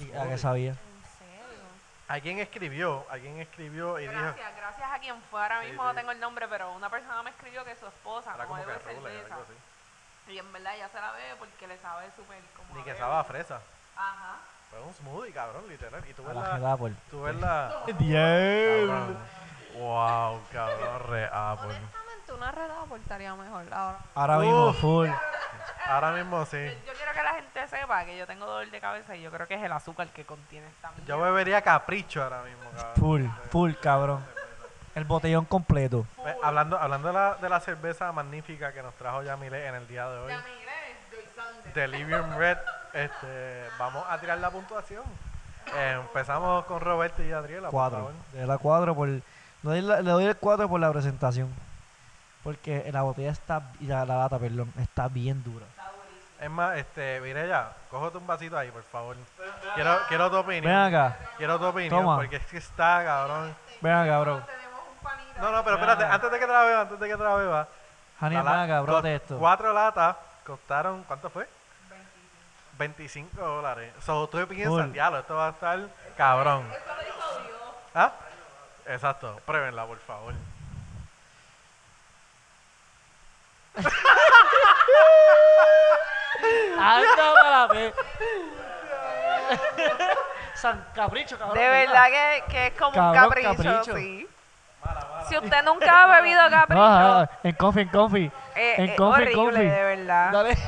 Y- a que
smoothie.
sabía.
En serio.
Alguien escribió, alguien escribió y dijo.
Gracias, gracias a quien fue. Ahora
Sí,
mismo
sí.
no tengo el nombre, pero una persona me escribió que su esposa
Era
no
como que
bebe
rula y
cerveza.
algo así.
Y en verdad ya se la bebe porque le sabe súper como.
Ni
a
que
bebé.
estaba a fresa.
Ajá.
Fue un smoothie, cabrón, literal. Y tú
A
ves
la
la.
gelada, por.
Tú ves la.
Diablo.
Cabrón. Wow, cabrón, re ah, Apple.
Honestamente, una red aportaría mejor ahora.
Ahora mismo,
Uf.
full.
Ahora mismo sí.
Yo, yo quiero que la gente sepa que yo tengo dolor de cabeza y yo creo que es el azúcar que contiene esta mierda.
Yo bebería capricho ahora mismo, cabrón.
Full, full, cabrón. El botellón completo.
Pues, hablando hablando de, la, de la cerveza magnífica que nos trajo Yamile en el día de hoy,
Ya miré, Joy Sander.
Delirium Red, este, vamos a tirar la puntuación. Eh, empezamos con Roberto y Adriela. por
Cuatro.
favor.
Le doy la cuatro por. Le doy, la- le doy el cuatro por la presentación. Porque la botella está. y La, la lata, perdón. Está bien dura.
Es más, este, Mireya, cógete un vasito ahí, por favor. Quiero, quiero tu
Ven
opinión.
acá.
Quiero tu opinión,
Toma.
porque es que está, cabrón.
Ven acá, bro.
Tenemos un panita.
No, no, pero espérate, antes de que te la beba, antes de que te la beba.
Janiel,
la
ven
la-
acá,
cos-
brote esto.
Cuatro latas costaron, ¿cuánto fue? 25 dólares. So, tú piensas,
Full.
diablo, esto va a estar cabrón. ¿Ah? Exacto, pruébenla, por favor.
Ándame Ah, la pe- San Capricho, cabrón.
De verdad que, que es como
Cabrón,
un capricho,
capricho.
sí. Si usted nunca ha bebido capricho,
No, en coffee, en coffee.
eh,
en
es
coffee, en
horrible, de
coffee.
verdad.
Dale.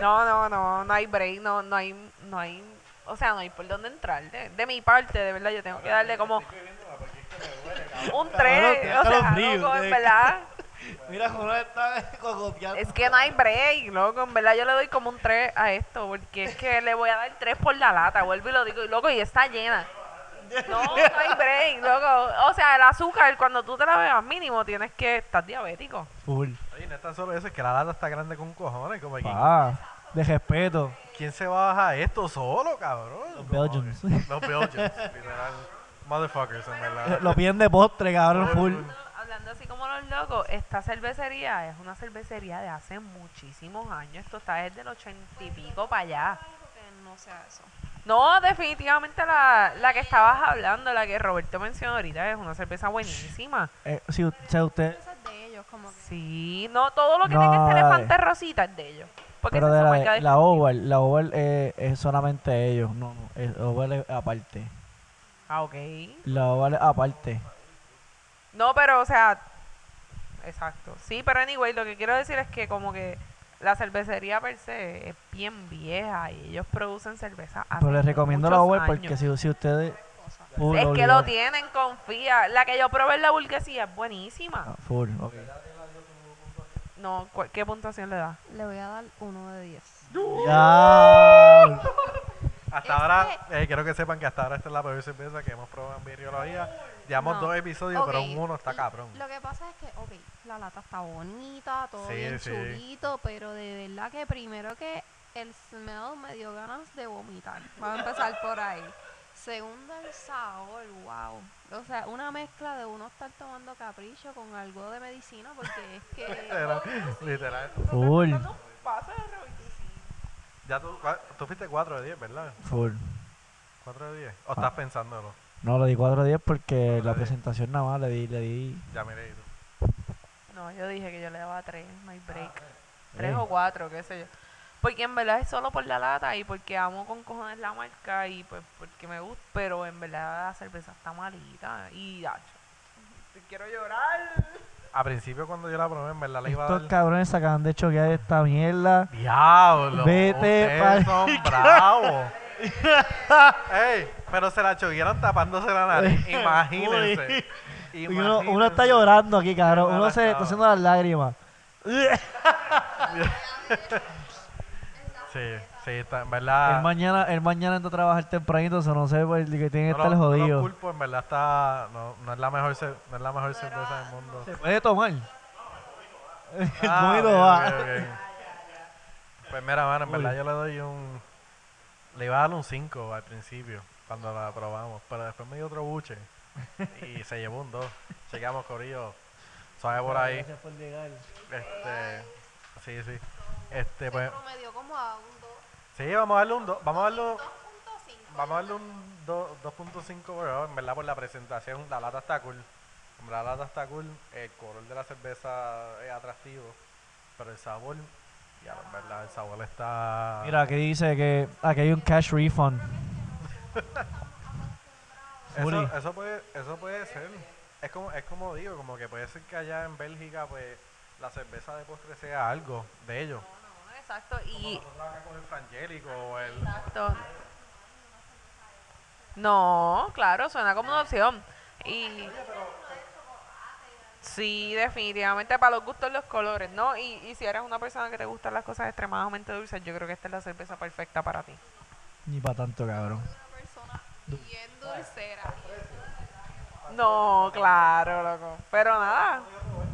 No, no, no, no hay break, no, no hay, no hay, o sea, no hay por dónde entrar. De, de mi parte, de verdad, yo tengo que darle como un
Cabrón,
3,
te
o
da
sea,
escalofrío,
loco,
te-
en verdad.
Mira, Jonás está cocoteando.
Es que no hay break, loco, en verdad yo le doy como un 3 a esto, porque es que le voy a dar 3 por la lata, vuelvo y lo digo, y loco, y está llena. No, no hay break, loco. O sea, el azúcar, cuando tú te la bebas mínimo, tienes que estar diabético.
Full.
Oye, no es tan solo eso, es que la lata está grande con cojones. Como que, ¿quién,
Pa, de respeto.
quién se va a bajar esto solo, cabrón?
Los
Como
Belgians.
que- Los Belgians, literal. Motherfuckers, en verdad.
Lo piden de postre, cabrón, full.
Hablando así como los locos, esta cervecería es una cervecería de hace muchísimos años. Esto está desde el ochenta y pico para allá.
Que no sea eso.
No, definitivamente la, la que estabas hablando, la que Roberto mencionó ahorita, es una cerveza buenísima.
Eh, si u- si usted.
Cosas de ellos, como que.
Sí, no, todo lo que
No,
tenga este
dale.
elefante rosita es de ellos. Porque
Pero
esa es
de
su
la,
marca de-
la Oval, la Oval eh, es solamente ellos. No, no, el Oval es aparte.
Ah, ok.
La Oval es aparte.
No, pero, o sea, exacto. Sí, pero anyway, lo que quiero decir es que como que la cervecería per se es bien vieja y ellos producen cerveza hace
Pero les recomiendo la
muchos
Oval
años.
porque si, si ustedes. Full,
Es que
obligado.
lo tienen, confía. La que yo probé en la burguesía es buenísima.
Ah, Full, ok.
No, ¿cu- ¿qué puntuación le da?
Le voy a dar uno de 10.
Ya.
Hasta ahora, eh, quiero que sepan que hasta ahora esta es la peor cerveza que hemos probado en virología. Llevamos
No.
dos episodios,
Ok,
pero un uno está
l-
cabrón.
Lo que pasa es que, ok, la lata está bonita, todo
Sí,
bien
sí.
chulito, pero de verdad que primero que el smell me dio ganas de vomitar. Vamos a empezar por ahí. Segundo, el sabor, wow. O sea, una mezcla de uno estar tomando capricho con algo de medicina, porque es que...
Literal, literal.
Full,
Ya tú, cua- tú fuiste 4 de 10, ¿verdad?
full.
4 de 10. O estás
Ah.
pensándolo.
No, le di 4 a 10 porque la
Vale.
presentación nada más le di, le di.
Ya miré. y tú.
No, yo dije que yo le daba tres, no hay break.
Eh.
Tres o cuatro, qué sé yo. Porque en verdad es solo por la lata y porque amo con cojones la marca y pues porque me gusta, pero en verdad la cerveza está malita y ah, ya. Quiero llorar.
A principio, cuando yo la probé, en verdad le iba a
Estos
dar.
cabrones se acaban de choquear esta mierda.
Diablo.
Vete
ustedes
pa'l-
son bravos. Ey, pero se la choguieron tapándose la nariz. Imagínense.
Y uno, uno está
Imagínense.
llorando aquí, cabrón.
Qué
Uno
mala
se está
estaba.
haciendo las lágrimas.
Sí, sí, está, en
Él
verdad.
mañana, él mañana entra a trabajar tempranito, eso no sé, pues, que tiene que
no
estar
lo- no lo
jodido.
culpo, en verdad está. No, no es la mejor, cer- no es la mejor cerveza del mundo.
Se puede tomar. El
Ah,
bonito
ok,
va.
ok, ok. Pues mira, mano, en
Uy.
verdad yo le doy un. Le iba a dar un 5 al principio, cuando la probamos, pero después me dio otro buche y se llevó un 2. Llegamos, Corillo, sabe por ahí. Este, sí, sí. Este, pues,
Promedió como a un dos-
sí, vamos a darle un 2. Vamos a darle un-
2.5.
Vamos a darle un do- 2.5 overall, en verdad por la presentación, la lata está cool. En verdad, La lata está cool, el color de la cerveza es atractivo, pero el sabor, ya en verdad, el sabor está...
Mira, aquí dice que aquí hay un cash refund.
eso,
Uri.
eso puede, eso puede ser. Es como, es como digo, como que puede ser que allá en Bélgica, pues, la cerveza de postre sea algo de ellos.
Exacto, y
Nosotros acá con el frangélico o el...
exacto. No, claro, suena como una opción. Y
Pero
Sí, definitivamente para los gustos los colores, ¿no? Y, y si eres una persona que te gustan las cosas extremadamente dulces, yo creo que esta es la cerveza perfecta para ti.
Ni para tanto, cabrón.
Una persona bien dulcera.
No, claro, loco. Pero nada,
Mejor,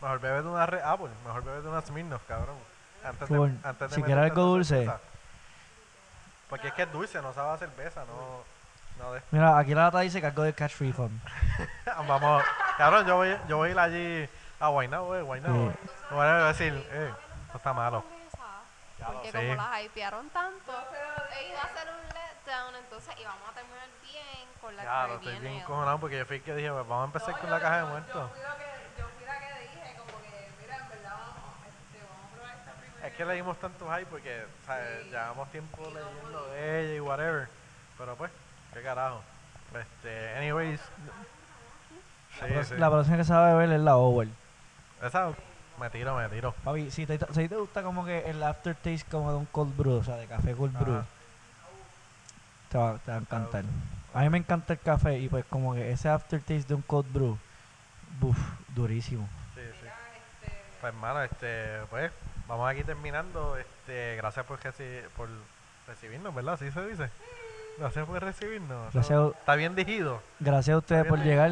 mejor bebete una Red Apple, mejor bebete una Smirnoff, cabrón. Antes de,
Cool.
antes de
Si
meterte
quieres algo
esa
dulce.
cerveza. Porque es que es dulce, no sabe a cerveza, no, no de-
Mira, aquí la data dice que algo de cash refund.
Vamos, cabrón, yo voy, yo voy a ir allí a Guaynabo, eh, Guaynabo. eh. Me van a decir, eh, esto está malo.
Esa,
Ya lo
Porque
sé.
como las hypearon tanto, e iba a hacer un letdown, entonces íbamos a terminar bien con la
Ya, lo
Caribbean
estoy bien
Ale.
encojonado porque yo fui el que dije, pues vamos a empezar con la caja de muertos.
Yo fui la que dije, como que, mira, en verdad vamos, este, vamos a probar esta primera.
Es que le dimos tantos hype porque o sea, llevamos tiempo leyendo de ella y whatever. Pero pues, qué carajo. Este, anyways.
La
Sí,
pro-
sí.
La próxima que se va a beber es la Over.
Esa me tiro, me tiro.
Papi, si te, si te gusta como que el aftertaste como de un cold brew, o sea, de café cold brew,
Ajá.
te va, te va a encantar. A mí me encanta el café y pues como que ese aftertaste de un cold brew, buf, durísimo.
Sí, sí. Pues hermano, este, pues, vamos aquí terminando. Este, gracias por, reci- por recibirnos, ¿verdad? Así se dice. Gracias por recibirnos. Eso
Gracias, a-
Está bien digido.
gracias a ustedes por llegar.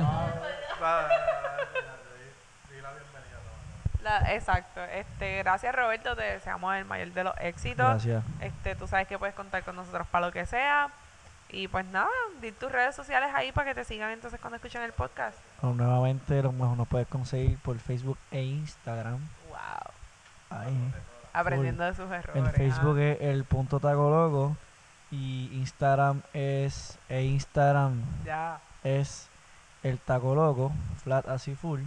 La- exacto. Este, gracias Roberto, te deseamos el mayor de los éxitos.
Gracias.
Este, tú sabes que puedes contar con nosotros para lo que sea. Y pues nada, di tus redes sociales ahí para que te sigan entonces cuando escuchen el podcast.
Bueno, nuevamente los mejor nos puedes conseguir por Facebook e Instagram.
Wow.
Ahí.
Aprendiendo de sus
En
errores. Ah,
Facebook es el punto taco loco y Instagram es e Instagram
ah. Ya.
es el taco loco, flat así full.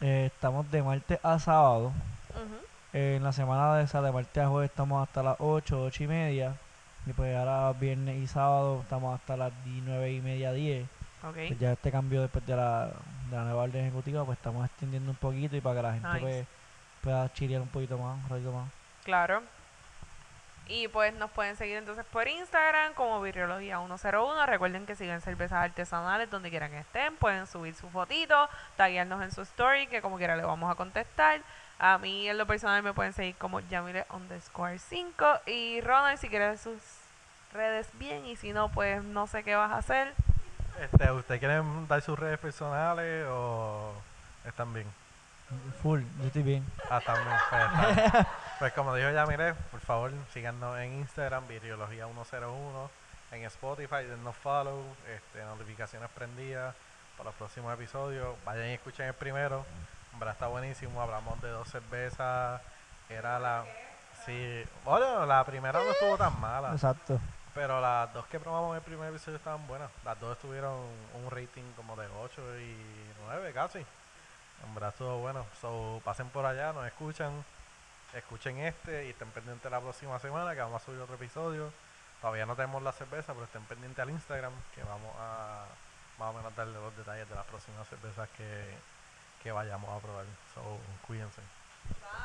Eh, estamos de martes a sábado.
Ujú.
Eh, en la semana de esa, de martes a jueves, estamos hasta las 8, 8 y media. Y pues ahora viernes y sábado estamos hasta las 9 y media, 10. Pues
Ok.
ya este cambio después de la, de la nueva orden ejecutiva, pues estamos extendiendo un poquito y para que la gente
Nice.
pues, pueda chilear un poquito más, un ratito más.
Claro. Y pues nos pueden seguir entonces por Instagram como Virología101. Recuerden que siguen cervezas artesanales donde quieran que estén. Pueden subir su fotito, taguearnos en su story, que como quiera le vamos a contestar. A mí en lo personal me pueden seguir como Yamile underscore 5. Y Ronald, si quieres sus redes bien y si no, pues no sé qué vas a hacer.
Este, ¿ustedes quieren dar sus redes personales o están bien?
Full, yo estoy bien.
Ah, también. Pues, está bien. Pues como dijo ya, mire, por favor, síganos en Instagram, Virología101, en Spotify, dennos follow, este, notificaciones prendidas para los próximos episodios. Vayan y escuchen el primero. En verdad está buenísimo, hablamos de dos cervezas. Era la... Sí, bueno, la primera no estuvo tan mala.
Exacto.
Pero las dos que probamos en el primer episodio estaban buenas. Las dos tuvieron un rating como de 8 y 9 casi. En verdad estuvo bueno. So, pasen por allá, nos escuchan. Escuchen este y estén pendientes la próxima semana que vamos a subir otro episodio. Todavía no tenemos la cerveza, pero estén pendientes al Instagram que vamos a más o menos darle los detalles de las próximas cervezas que, que vayamos a probar. So, cuídense.
Bye.